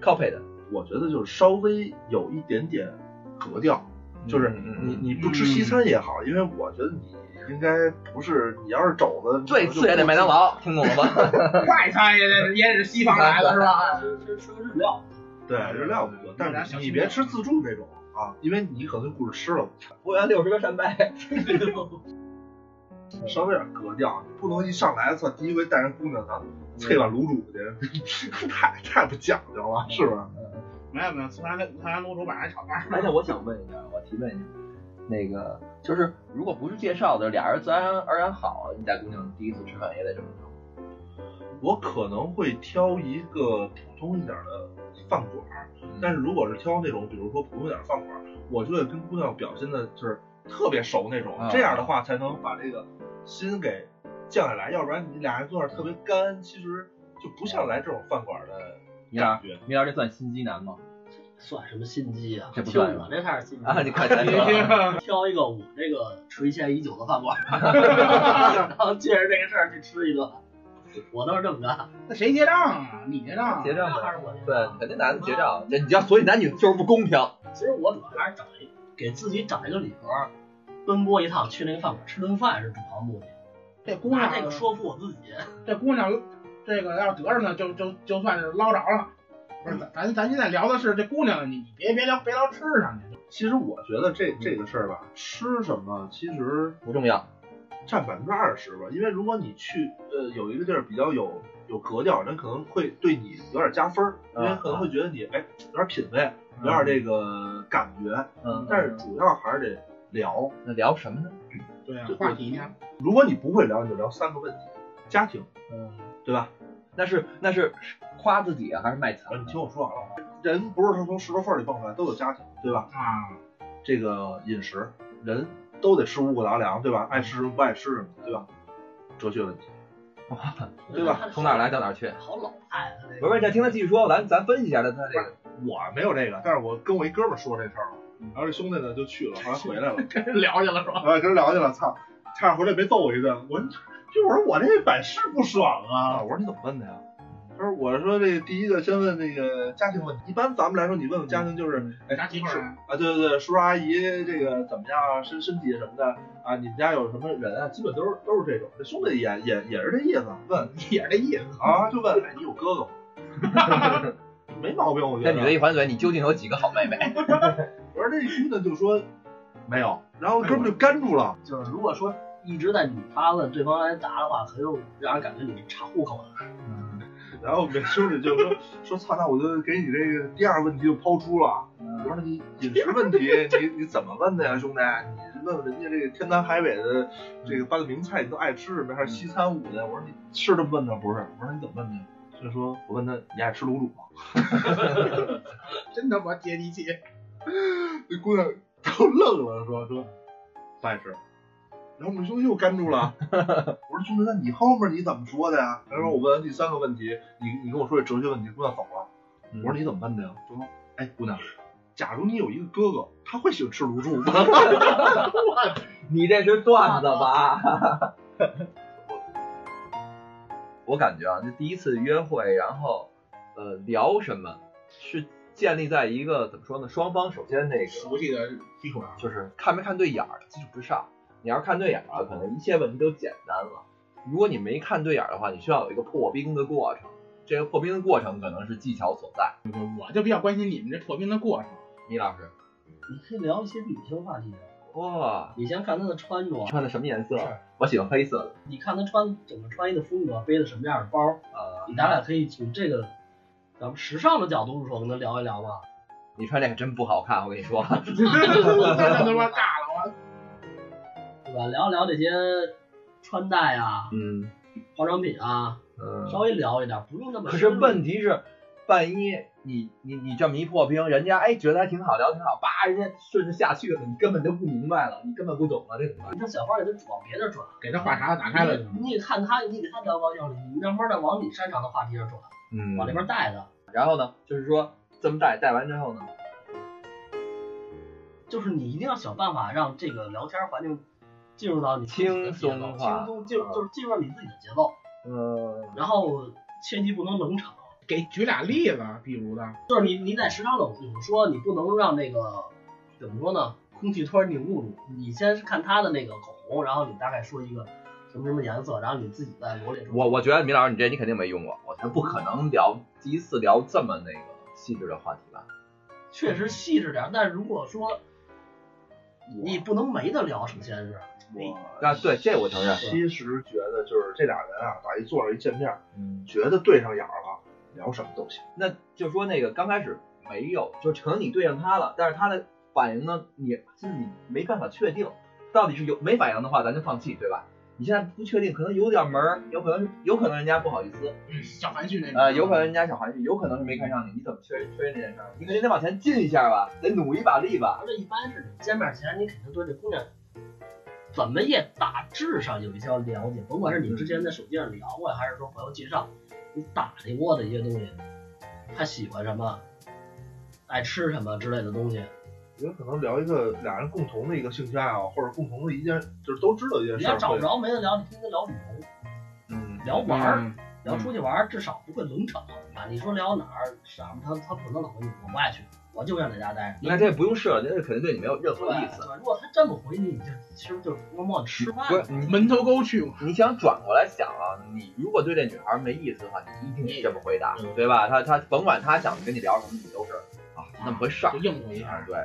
Speaker 1: copy 的，
Speaker 6: 我觉得就是稍微有一点点格调，就是你你不吃西餐也好，因为我觉得你应该不是，你要是肘子
Speaker 1: 最次也得麦当。劳，听懂了吗？
Speaker 3: 快餐也得也得是西方来的是吧？
Speaker 7: 吃吃个日料，
Speaker 6: 对，日料不错，但是你别吃自助这种啊，因为你可能不是吃了，
Speaker 1: 服务员六十个扇贝，
Speaker 6: 稍微有点格调，你不能一上来操第一回带人姑娘咱脆碗卤煮去， 太太不讲究了，是吧？
Speaker 3: 没有没有，四川四川卤煮把人炒饭
Speaker 1: 哎，那我想问一下，我提问一下，那个就是如果不是介绍的，俩人自然而然好了，你带姑娘第一次吃饭也得这么着。
Speaker 6: 我可能会挑一个普通一点的饭馆儿，但是如果是挑那种，比如说普通点儿饭馆儿，我就会跟姑娘表现的就是特别熟那种，
Speaker 1: 啊
Speaker 6: 这样的话才能把这个心给降下来，要不然你俩人坐那儿特别干，其实就不像来这种饭馆儿的
Speaker 1: 你
Speaker 6: 感
Speaker 1: 俩
Speaker 6: 觉。
Speaker 1: 你俩这算心机男吗？
Speaker 7: 算什么心机啊？
Speaker 1: 这不
Speaker 7: 听
Speaker 1: 算
Speaker 7: 我这才是心机
Speaker 1: 啊，你 快啊点
Speaker 7: 挑一个我这个垂涎已久的饭馆， 然后借着这个事儿去吃一顿。我都是这么着，
Speaker 3: 那谁结账啊？你结账啊？
Speaker 1: 结账
Speaker 7: 还
Speaker 1: 呗
Speaker 7: 是。我
Speaker 1: 对，肯定男的结账，这你知道，所以男女就是不公平。
Speaker 7: 其实我主要还是找一给自己找一个理由，奔波一趟去那个饭馆吃顿饭是主要目的。
Speaker 3: 这姑
Speaker 7: 拿
Speaker 3: 娘
Speaker 7: 这个说服我自 己，
Speaker 3: 这姑娘这个要得着呢，就就就算是捞着了。不是，咱咱咱现在聊的是这姑娘，你你别别聊别聊吃上去。
Speaker 6: 其实我觉得这这个事儿吧，吃什么其实
Speaker 1: 不重要。
Speaker 6: 占百分之二十吧，因为如果你去呃有一个地儿比较有有格调，人可能会对你有点加分儿，因
Speaker 1: 啊
Speaker 6: 为可能会觉得你哎有点品味，有点这个感觉，
Speaker 1: 嗯，
Speaker 6: 但是主要还是得聊。
Speaker 1: 那聊什么呢？
Speaker 3: 对啊
Speaker 6: 对
Speaker 3: 话题呢？
Speaker 6: 如果你不会聊，你就聊三个问题：家庭，
Speaker 1: 嗯，
Speaker 6: 对吧？
Speaker 1: 那是那是夸自己啊还是卖惨
Speaker 6: 啊？你听我说完了啊，人不是说从石头缝儿里蹦出来，都有家庭，对吧？
Speaker 3: 啊，
Speaker 6: 这个饮食，人都得吃五谷杂粮，对吧？爱吃什么不爱吃什么，对吧？哲学问题，对吧
Speaker 1: 从哪儿来到哪儿去？
Speaker 7: 好老派啊！这
Speaker 1: 不是，再听他继续说，咱咱分析一下他他这个
Speaker 6: 我没有这个，但是我跟我一哥们儿说这事儿了，然后这兄弟呢就去了，后来回来了，
Speaker 3: 跟人聊去了是吧？
Speaker 6: 啊，跟人聊去了，操，差点回来被揍一顿。我就我说我这百试不爽啊。
Speaker 1: 我说你怎么问的呀？
Speaker 6: 他说我说这第一个先问那个家庭问题，一般咱们来说你问问家庭就是，哎，
Speaker 3: 家几口
Speaker 6: 是
Speaker 3: 人
Speaker 6: 啊，对对对，叔叔阿姨这个怎么样啊，身身体什么的啊，你们家有什么人啊，基本都是都是这种。这兄弟也也也是这意思，问
Speaker 3: 也是这意思。
Speaker 6: 啊就问，哎，你有哥哥吗？没毛病，我觉
Speaker 1: 那
Speaker 6: 得。
Speaker 1: 女的一还嘴，你究竟有几个好妹妹？
Speaker 6: 我说这兄弟就说没有，然后哥们儿就干住了。
Speaker 7: 就是如果说一直在你发问，对方来答的话，很有让人感觉你是查户口的。
Speaker 6: 然后我们兄弟就说说操，那我就给你这个第二个问题就抛出了。我说那你饮食问题，你你怎么问的呀，兄弟？你问问人家这个天南海北的这个八大名菜，你都爱吃什么？还是西餐五的？我说你是这么问的不是？我说你怎么问的呀？就说我问他你爱吃卤煮吗？
Speaker 3: 真他妈接地气，
Speaker 6: 那姑娘都愣了，说说不爱吃。然后我们兄弟又干住 了，我说兄弟，那你后面你怎么说的呀？他
Speaker 1: 嗯
Speaker 6: 说我问完第三个问题，你你跟我说这哲学问题，姑娘走了。
Speaker 1: 嗯
Speaker 6: 我说你怎么问的呀？说，哎，姑娘，假如你有一个哥哥，他会喜欢吃卤 煮吗？
Speaker 1: 你这是段子吧？ 我感觉啊，这第一次约会，然后呃聊什么，是建立在一个怎么说呢？双方首先那个
Speaker 3: 熟悉的基础上，啊
Speaker 1: 就是看没看对眼儿的基础之上，你要是看对眼儿了，可能一切问题都简单了。如果你没看对眼儿的话，你需要有一个破冰的过程。这个破冰的过程可能是技巧所在。
Speaker 3: 我就比较关心你们这破冰的 过程。
Speaker 1: 米老师，
Speaker 7: 你可以聊一些女性话题啊，
Speaker 1: 哇，
Speaker 7: 你先看她的穿着，
Speaker 1: 穿的什么颜色
Speaker 3: 是？
Speaker 1: 我喜欢黑色的。
Speaker 7: 你看她穿整个穿衣的风格，背的什么样的包，
Speaker 1: 呃，
Speaker 7: 你咱俩可以从这个咱们时尚的角度入手，跟她聊一聊嘛。
Speaker 1: 你穿这个真不好看，我跟你 说。
Speaker 3: 那他妈大了，我
Speaker 7: 对吧？聊一聊这些穿戴啊、
Speaker 1: 嗯
Speaker 7: 化妆品啊，
Speaker 1: 嗯
Speaker 7: 稍微聊一点，不用那么
Speaker 1: 可是
Speaker 7: 深入。
Speaker 1: 问题是，万一你你你这么一破冰，人家哎觉得还挺好，聊得挺好，叭，人家顺着下去了，你根本就不明白了，你根本不懂了，这怎么办？
Speaker 7: 你这小花给他转，别的转。
Speaker 3: 给他话茬子打开了。
Speaker 7: 你也看他，你给他聊高兴了，你慢慢的往你擅长的话题上转，
Speaker 1: 嗯
Speaker 7: 往那边带的。
Speaker 1: 然后呢，就是说这么带带完之后呢，
Speaker 7: 就是你一定要想办法让这个聊天环境进入到你自己的
Speaker 1: 轻
Speaker 7: 节奏
Speaker 1: 松
Speaker 7: 轻
Speaker 1: 化，啊
Speaker 7: 松进入就是进入到你自己的节奏，
Speaker 1: 呃，
Speaker 7: 然后切记不能冷场。
Speaker 3: 给举俩例子，啊比如的，
Speaker 7: 就是你你在时常冷冷说，你不能让那个怎么说呢？空气突然凝固住，你先是看他的那个口红，然后你大概说一个什么什么颜色，然后你自己再罗列出来。
Speaker 1: 我我觉得米老师你这你肯定没用过，我觉得不可能聊第一次聊这么那个细致的话题吧？
Speaker 7: 确实细致点儿，但如果说你不能没得聊，首先是
Speaker 1: 啊，对，这我承认，
Speaker 6: 其实觉得就是这俩人啊，打一坐着一见面，
Speaker 1: 嗯，
Speaker 6: 觉得对上眼儿了，聊什么都行。
Speaker 1: 那就说那个刚开始没有，就是可能你对上他了，但是他的反应呢，你就是你没办法确定，到底是有没反应的话，咱就放弃，对吧？你现在不确定，可能有点门儿，有可能有可能人家不好意思，
Speaker 3: 小含蓄那种。
Speaker 1: 呃，有可能人家小含蓄，有可能是没看上你，你怎么确认确认这件事儿？你肯定得往前进一下吧，得努一把力吧。
Speaker 7: 而且一般是你见面前，你肯定对这姑娘怎么也大致上有一些了解，甭管是你之前在手机上聊过，还是说朋友介绍，你打听过的一些东西，她喜欢什么，爱吃什么之类的东西，
Speaker 6: 有可能聊一个俩人共同的一个兴趣爱好，或者共同的一件，就是都知道一件
Speaker 7: 你
Speaker 6: 事
Speaker 7: 要
Speaker 6: 儿。
Speaker 7: 找不
Speaker 6: 会
Speaker 7: 着没得聊，你天天聊旅游，
Speaker 1: 嗯，
Speaker 7: 聊玩儿，
Speaker 3: 嗯，
Speaker 7: 聊出去玩儿，至少不会冷场啊。你说聊哪儿，啥他他可能老问你，我不爱去，我就想在家待着。
Speaker 1: 那这不用设，这肯定对你没有任何
Speaker 7: 对
Speaker 1: 意思。啊
Speaker 7: 对，如果他这么回你，你就其实就是默默地吃饭
Speaker 1: 不是你
Speaker 3: 门头沟去过，
Speaker 1: 你想转过来想啊，你如果对这女孩没意思的话，你一定是这么回答，
Speaker 3: 嗯
Speaker 1: 对吧？她她甭管她想跟你聊什么，你都是啊那么回事儿
Speaker 3: 就，应付一下。
Speaker 1: 对，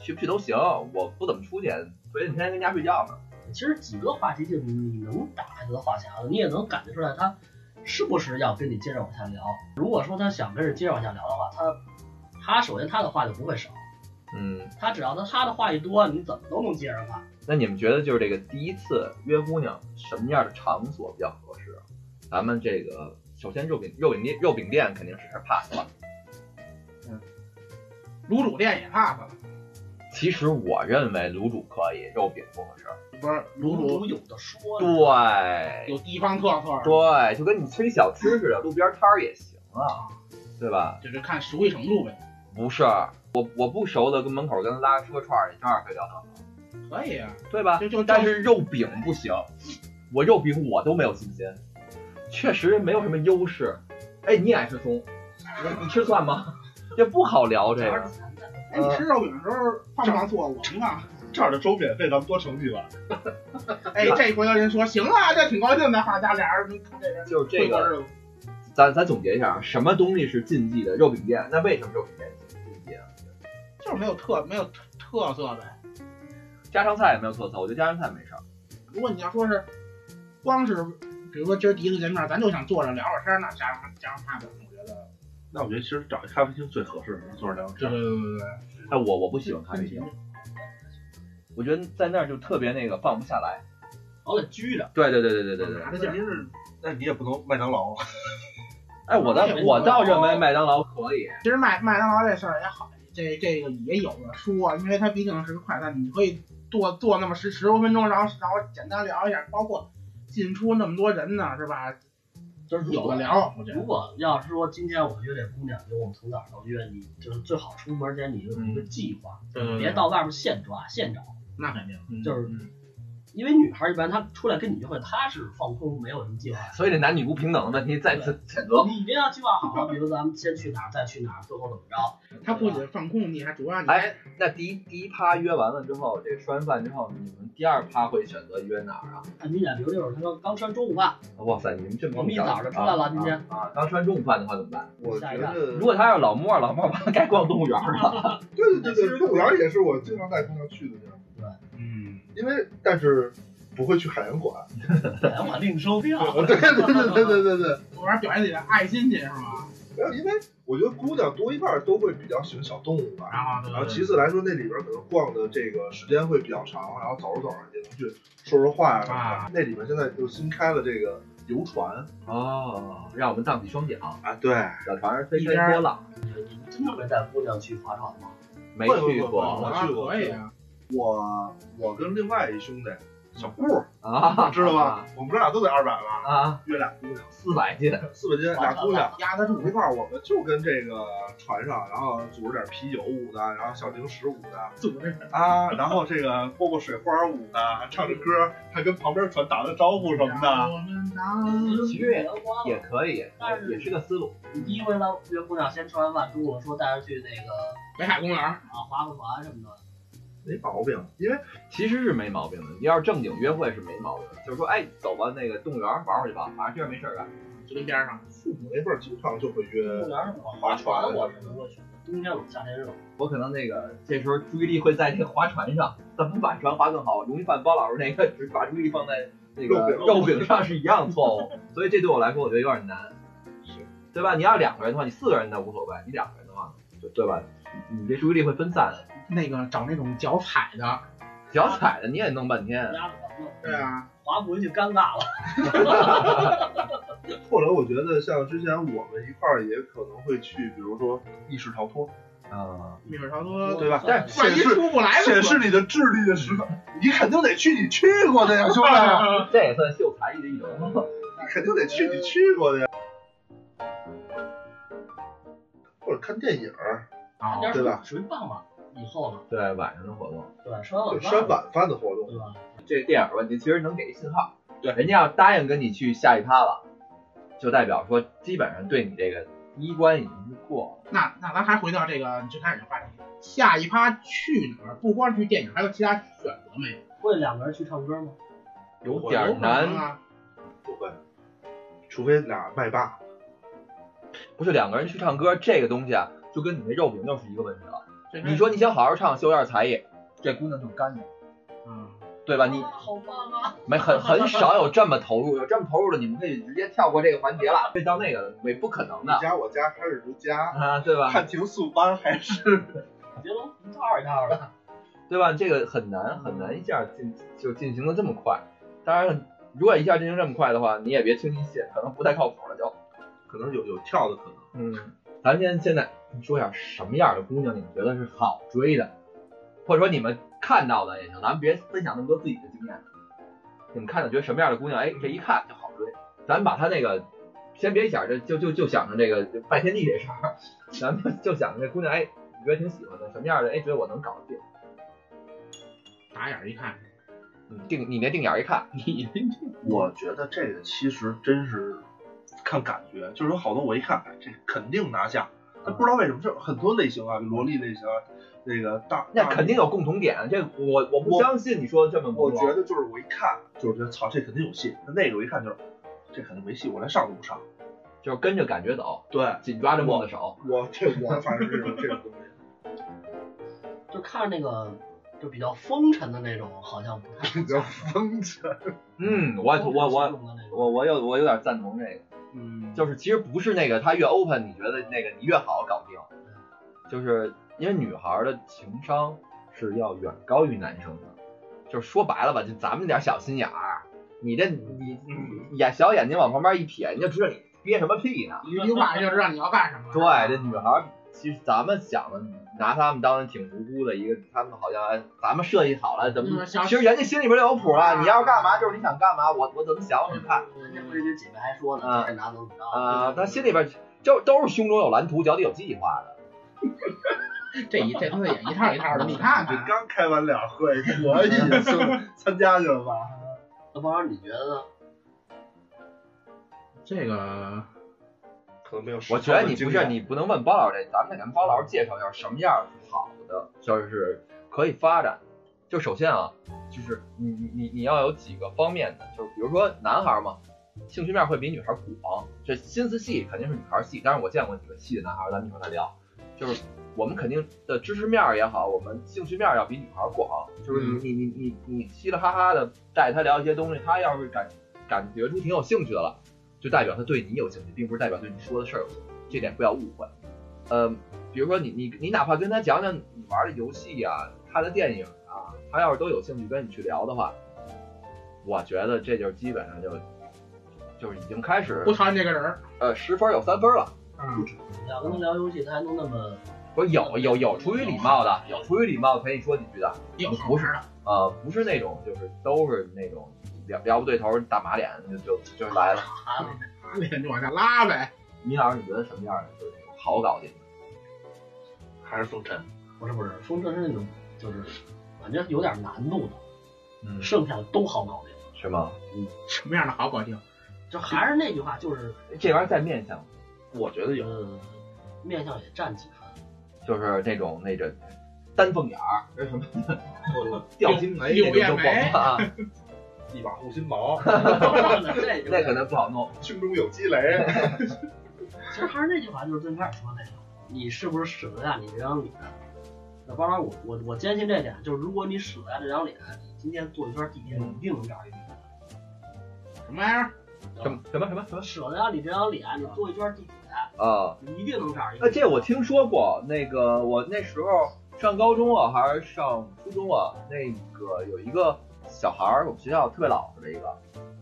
Speaker 1: 去不去都行，我不怎么出去，所以你天天跟家睡觉嘛。
Speaker 7: 其实几个话题就你能打开他的话匣子，你也能感觉出来他是不是要跟你接着往下聊。如果说他想跟着接着往下聊的话，他他首先他的话就不会少，
Speaker 1: 嗯，
Speaker 7: 他只要他他的话一多，你怎么都能接上他。
Speaker 1: 那你们觉得就是啊这个第一次约姑娘什么样的场所比较合适？咱们这个首先肉饼肉饼店肉饼店肯定是 pass 了。
Speaker 3: 卤煮店也 pass 了，
Speaker 1: 其实我认为卤煮可以，肉饼不合适。
Speaker 3: 不是卤
Speaker 7: 卤
Speaker 3: 煮
Speaker 7: 煮有的说呢，
Speaker 1: 对
Speaker 3: 有地方特色，
Speaker 1: 对，就跟你吃一小吃似的，路边摊儿也行啊，对吧？
Speaker 3: 就是看熟悉程度呗。
Speaker 1: 不是，我我不熟的，跟门口跟他拉个说串儿，你照样可以聊到，
Speaker 3: 可以啊，
Speaker 1: 对吧？
Speaker 3: 就就
Speaker 1: 但是肉饼不行，我肉饼我都没有信心，确实没有什么优势。哎，你也爱吃葱，你吃蒜吗？ 也不好聊这
Speaker 7: 这
Speaker 1: 个
Speaker 7: 儿。咱的
Speaker 3: 哎，你吃肉饼的时候放不放醋啊？我们啊，
Speaker 6: 这儿的粥免费，咱们多盛几碗。
Speaker 3: 哎，这回头人说行啊，这挺高兴的，哈，咱俩人看这人
Speaker 1: 就是这
Speaker 3: 会过
Speaker 1: 个，
Speaker 3: 日子。
Speaker 1: 咱咱总结一下，啊，什么东西是禁忌的？肉饼店，那为什么肉饼店是禁忌啊？
Speaker 3: 就是没有特没有特特色呗。
Speaker 1: 家常菜也没有特色，我觉得家常菜没事儿。
Speaker 3: 如果你要说是光是，比如说今儿第一次见面，咱就想坐着聊会儿天儿，那加上加上怕的，我觉得
Speaker 6: 那我觉得其实找一咖啡厅最合适，坐着聊
Speaker 3: 对
Speaker 6: 天。
Speaker 3: 对对对
Speaker 1: 哎，我我不喜欢咖啡厅，我觉得在那儿就特别那个放不下来。
Speaker 7: 老得拘着，
Speaker 1: 对对对对对对对。
Speaker 3: 拿着
Speaker 6: 问
Speaker 3: 劲
Speaker 6: 题
Speaker 3: 儿。
Speaker 6: 是，那你也不能麦当劳。
Speaker 1: 哎，我倒我倒认为麦当劳可以，
Speaker 3: 其实麦麦当劳这事儿也好，这这个也有的说，因为它毕竟是个快餐，你可以做做那么十十多分钟，然后然后简单聊一下，包括进出那么多人呢，是吧？
Speaker 7: 就是如
Speaker 3: 有
Speaker 7: 果
Speaker 3: 的聊，我觉
Speaker 7: 如
Speaker 3: 得。
Speaker 7: 果要是说今天我约这姑娘，就我们从哪儿都约，你就是最好出门前你有一个计划，
Speaker 3: 嗯对对嗯
Speaker 7: 别到外面现抓现找，
Speaker 3: 那肯定，
Speaker 7: 就是因为女孩一般她出来跟你约会，她是放空，没有什么计划。
Speaker 1: 所以这男女不平等的问题再次谴责。
Speaker 7: 你一定要计划好，啊比如咱们先去哪儿，再去哪儿，最后怎么着？
Speaker 3: 他不仅放空你，还主要你还
Speaker 1: 哎，那第一第一趴约完了之后，这个吃完饭之后，你们第二趴会选择约哪儿啊？
Speaker 7: 很明显，比如那会儿他刚刚吃完中午饭，
Speaker 1: 哇塞，你们这么
Speaker 7: 我们一早就出来了今天
Speaker 1: 啊啊，刚吃完中午饭的话怎么办？
Speaker 8: 我觉
Speaker 6: 嗯
Speaker 8: 得
Speaker 1: 如果他要是老莫，老莫吧该逛动物园了。
Speaker 6: 对对对对，动物园也是我经常带姑娘去的地儿，
Speaker 3: 嗯，
Speaker 6: 因为但是不会去海洋馆。
Speaker 7: 本来我另收票。
Speaker 6: 对对对对对对对。
Speaker 3: 我玩表现自己的爱心去是吧？
Speaker 6: 没有，因为我觉得姑娘多一半儿都会比较喜欢小动物吧。
Speaker 3: 然后
Speaker 6: 然后
Speaker 3: 对
Speaker 6: 啊其次来说，那里边儿可能逛的这个时间会比较长，然后走着走着也能去说说话呀什么
Speaker 3: 啊
Speaker 6: 的。那里面现在就新开了这个游船
Speaker 1: 哦，让我们荡起双桨，
Speaker 6: 啊，对，
Speaker 1: 小船儿飞
Speaker 3: 一
Speaker 1: 飞
Speaker 3: 边儿
Speaker 1: 波浪。
Speaker 7: 你们真的会带姑娘去划船吗？
Speaker 1: 没
Speaker 6: 不不
Speaker 1: 去
Speaker 6: 不
Speaker 1: 过
Speaker 6: 不
Speaker 3: 我
Speaker 6: 去过
Speaker 3: 可以啊，
Speaker 6: 我我跟另外一兄弟小顾儿
Speaker 1: 啊，
Speaker 6: 知道吧？我们哥俩都得二百吧，
Speaker 1: 啊，
Speaker 6: 约俩姑娘，
Speaker 1: 四百斤，
Speaker 6: 四百斤俩姑娘。
Speaker 3: 压得住
Speaker 6: 一块儿，我们就跟这个船上，然后组织点啤酒舞的，然后小零食舞的，
Speaker 3: 组织，
Speaker 6: 啊，然后这个播播水花舞的，唱着歌，还跟旁边船打打招呼什么
Speaker 1: 嗯
Speaker 6: 嗯
Speaker 3: 让
Speaker 6: 的。
Speaker 3: 我们当
Speaker 1: 其实也嗯也
Speaker 7: 也，
Speaker 1: 可以
Speaker 7: 但，是
Speaker 1: 也是个思路。
Speaker 7: 你第一回到约姑娘先吃完饭，中午说带她去那个
Speaker 3: 北海公园，
Speaker 7: 啊划个船什么的，
Speaker 6: 没毛病，因为
Speaker 1: 其实是没毛病的。你要是正经约会是没毛病的，就是说，哎，走吧，那个动物园玩会儿去吧，反正这儿没事儿干。
Speaker 3: 就跟边上，
Speaker 6: 父母那辈儿经常就会约
Speaker 7: 公园什么
Speaker 6: 划船
Speaker 7: 我是不会选择冬天冷夏天热。
Speaker 1: 我可能那个这时候注意力会在那个划船上，怎么把船划更好，容易犯包老师那个只把注意力放在那个
Speaker 6: 肉饼
Speaker 1: 肉饼上是一样错误，所以这对我来说我觉得有点难，
Speaker 6: 是，
Speaker 1: 对吧？你要两个人的话，你四个人倒无所谓，你两个人的话，对对吧？你你这注意力会分散，
Speaker 3: 那个找那种脚踩的，
Speaker 1: 脚踩的你也弄半天，
Speaker 7: 鸭子怎么
Speaker 3: 对啊，
Speaker 7: 划不回去尴尬了？
Speaker 6: 或者我觉得像之前我们一块儿也可能会去，比如说密室逃脱，
Speaker 1: 啊，
Speaker 3: 密室逃脱，
Speaker 6: 对吧？
Speaker 7: 但
Speaker 3: 万
Speaker 6: 显
Speaker 3: 一
Speaker 6: 示
Speaker 3: 出不来
Speaker 6: 显
Speaker 3: 了，
Speaker 6: 示你的智力的时刻，你肯定得去你去过的呀，兄弟，
Speaker 3: 啊
Speaker 1: 这也算秀才艺的一种。
Speaker 6: 你肯定得去你去过的呀。或者看电影儿，
Speaker 7: 看点
Speaker 6: 啊对吧
Speaker 7: 水，属于傍晚以后了，
Speaker 1: 对晚上的活动，
Speaker 7: 对吧？吃完
Speaker 6: 就
Speaker 7: 晚
Speaker 6: 吃完
Speaker 7: 饭，
Speaker 6: 晚饭的活动，
Speaker 7: 对吧？
Speaker 1: 这电影问题其实能给一信号，
Speaker 6: 对
Speaker 1: 人家要答应跟你去下一趴了，就代表说基本上对你这个第一关已经是过了。
Speaker 3: 那那咱还回到这个最开始的话题，下一趴去哪儿？不光去电影，还有其他选择没有？
Speaker 7: 会两个人去唱歌吗？
Speaker 1: 有点儿难，
Speaker 3: 啊，
Speaker 6: 不会，除非俩麦霸。
Speaker 1: 不是两个人去唱歌这个东西啊，就跟你那肉饼又是一个问题了。你说你想好好唱，秀点才艺，这姑娘就干你，
Speaker 3: 嗯，
Speaker 1: 对吧？你
Speaker 7: 啊好棒啊！
Speaker 1: 没很很少有这么投入，有这么投入的，你们可以直接跳过这个环节了，可以到那个没不可能
Speaker 6: 你
Speaker 1: 的
Speaker 6: 家我家还是如家，
Speaker 1: 啊，对吧？
Speaker 6: 看情速班还是
Speaker 7: 别都一套一套的，
Speaker 1: 对吧？这个很难很难一下进就进行的这么快。当然，如果一下进行这么快的话，你也别轻易信，可能不太靠谱了就。
Speaker 6: 可能有有跳的可能。
Speaker 1: 嗯，咱先现在说一下什么样的姑娘你们觉得是好追的，或者说你们看到的也行，咱们别分享那么多自己的经验。你们看到觉得什么样的姑娘，哎，这一看就好追。咱把她那个先别想着，就就就想着这个拜天地这事儿， 咱们就想着这姑娘，哎，你觉得挺喜欢的，什么样的，哎，觉得我能搞定。
Speaker 3: 打眼儿一看，
Speaker 1: 嗯，定你那定眼儿一看，你
Speaker 6: 我觉得这个其实真是看感觉，就是有好多我一看，哎，这肯定拿下。但不知道为什么，这很多类型啊，比如萝莉类型啊，那个大
Speaker 1: 那
Speaker 6: 大
Speaker 1: 肯定有共同点，这我啊我不
Speaker 6: 我
Speaker 1: 相信你说这么
Speaker 6: 我
Speaker 1: 朦胧
Speaker 6: 觉得就是我一看就是觉得操，这肯定有戏。那个我一看就是，这肯定没戏，我连上都不上。
Speaker 1: 就是跟着感觉走，
Speaker 6: 对
Speaker 1: 紧抓着梦的手。
Speaker 6: 我这我反正是这种这种东西，
Speaker 7: 就看那个就比较风尘的那种，好像不 太
Speaker 5: 比较风尘，
Speaker 1: 嗯，我我我我我有我有点赞同这个，
Speaker 6: 嗯，
Speaker 1: 就是其实不是那个他越 open，你觉得那个你越好搞定，就是因为女孩的情商是要远高于男生的，就是说白了吧，就咱们点小心眼儿，你这你你眼小眼睛往旁边一瞥，你就知道你憋什么屁呢。
Speaker 3: 一句话就知道你要干什么了。
Speaker 1: 对，这女孩儿其实咱们想的，拿她们当成挺无辜的一个，她们好像哎咱们设计好了怎么
Speaker 3: 嗯，小
Speaker 1: 其实人家心里边就有谱了。
Speaker 3: 啊
Speaker 1: 你要是干嘛就是你想干嘛，我我怎么想我怎么看
Speaker 7: 人家不是跟姐妹还说呢，
Speaker 1: 啊
Speaker 7: 这男的怎么着
Speaker 1: 啊？她 心里边就都是胸中有蓝图，脚底有计划的。
Speaker 3: 这一这东西也一套一套的，你看
Speaker 6: 这
Speaker 3: 看，
Speaker 6: 刚开完两会，可以就参加去了吧？
Speaker 7: 那包儿你觉得呢？
Speaker 3: 这个
Speaker 6: 可能没有。
Speaker 1: 我觉得你不是，你不能问包老师这，咱们得跟包老师介绍一下什么样是好的，就是可以发展。就首先啊，就是你你你你要有几个方面的，就是比如说男孩嘛，兴趣面会比女孩广，这心思细肯定是女孩细。但是我见过几个细的男孩，咱们一会儿再聊。就是我们肯定的知识面也好，我们兴趣面要比女孩广。就是你你你你你嘻嘻哈哈的带他聊一些东西，他要是感感觉出挺有兴趣的了，就代表他对你有兴趣，并不是代表对你说的事儿有兴趣，这点不要误会。呃，比如说你你你哪怕跟他讲讲你玩的游戏呀、看的电影啊，他要是都有兴趣跟你去聊的话，我觉得这就是基本上就就是已经开始
Speaker 3: 不讨厌这个人儿，
Speaker 1: 呃十分有三分了。
Speaker 3: 嗯，
Speaker 7: 要跟他聊游戏，他还能那么
Speaker 1: 不是有有有出于礼貌的，有出于礼貌陪你说几句的，
Speaker 3: 有好
Speaker 1: 不是
Speaker 3: 玩的，
Speaker 1: 呃，不是那种就是都是那种聊聊不对头打马脸就就就来了。
Speaker 3: 脸就往下拉呗。
Speaker 1: 米老师，你觉得什么样的就是那种好搞定？
Speaker 6: 还是风尘。
Speaker 7: 不是不是，风筝是那种就是反正有点难度的，
Speaker 1: 嗯
Speaker 7: 剩下的都好搞定。
Speaker 1: 是吗？
Speaker 3: 什么样的好搞定？
Speaker 7: 就还是那句话，就是
Speaker 1: 这玩意儿在面相，我觉得有，
Speaker 7: 呃，面相也占 几分。
Speaker 1: 就是那种那种丹凤眼儿，那什么 掉
Speaker 3: 柳
Speaker 1: 金眉
Speaker 3: 柳
Speaker 1: 哎那种就
Speaker 3: 叶
Speaker 1: 不
Speaker 3: 眉
Speaker 1: 好啊，
Speaker 6: 一把护心毛，
Speaker 7: 这
Speaker 1: 那可能不好弄。
Speaker 6: 胸中有积雷。
Speaker 7: 其实还是那句话，就是最开始说那个，你是不是舍得下你这张脸？那包括我我我坚信这点，就是如果你舍得下这张脸，你今天坐一圈地铁，你一定能找一个女的。
Speaker 3: 什么玩意儿？
Speaker 1: 什么什么什么什么
Speaker 7: 舍得下你这张脸，你坐一圈地铁，
Speaker 1: 啊？
Speaker 7: 你一定能找一个。
Speaker 1: 呃，这我。听说过，那个我那时候上高中啊，还是上初中啊，那个有一个小孩儿，我们学校特别老实的一个，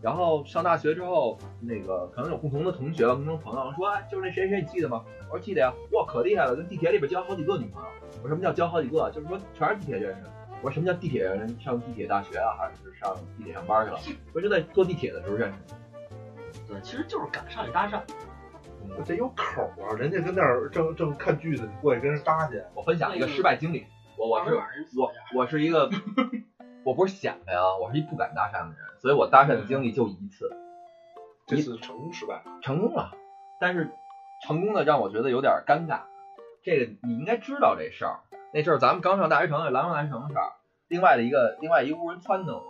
Speaker 1: 然后上大学之后，那个可能有共同的同学、共同朋友说，哎，就是那谁谁，你记得吗？我说记得呀，哇，可厉害了，跟地铁里边交好几个女朋友。我说什么叫交好几个？就是说全是地铁认识。我说什么叫地铁认识？上地铁大学啊，还是上地铁上班去了？我说就在坐地铁的时候认识的。
Speaker 7: 对，其实就是敢上去搭讪。
Speaker 6: 我 这有口啊，人家跟那儿正正看剧呢，你过去跟人搭去。
Speaker 1: 我分享一个失败经历，我我是
Speaker 7: 晚上
Speaker 3: 哎
Speaker 1: 我我是 一个，我不是显摆啊，我是一不敢搭讪的人，所以我搭讪的经历就一次，
Speaker 6: 这次成功失败，
Speaker 1: 成功了，但是成功的让我觉得有点尴尬。这个你应该知道这事儿，那阵儿咱们刚上大学城，兰州大学城的事儿。另外的一个另外一屋人撺掇我，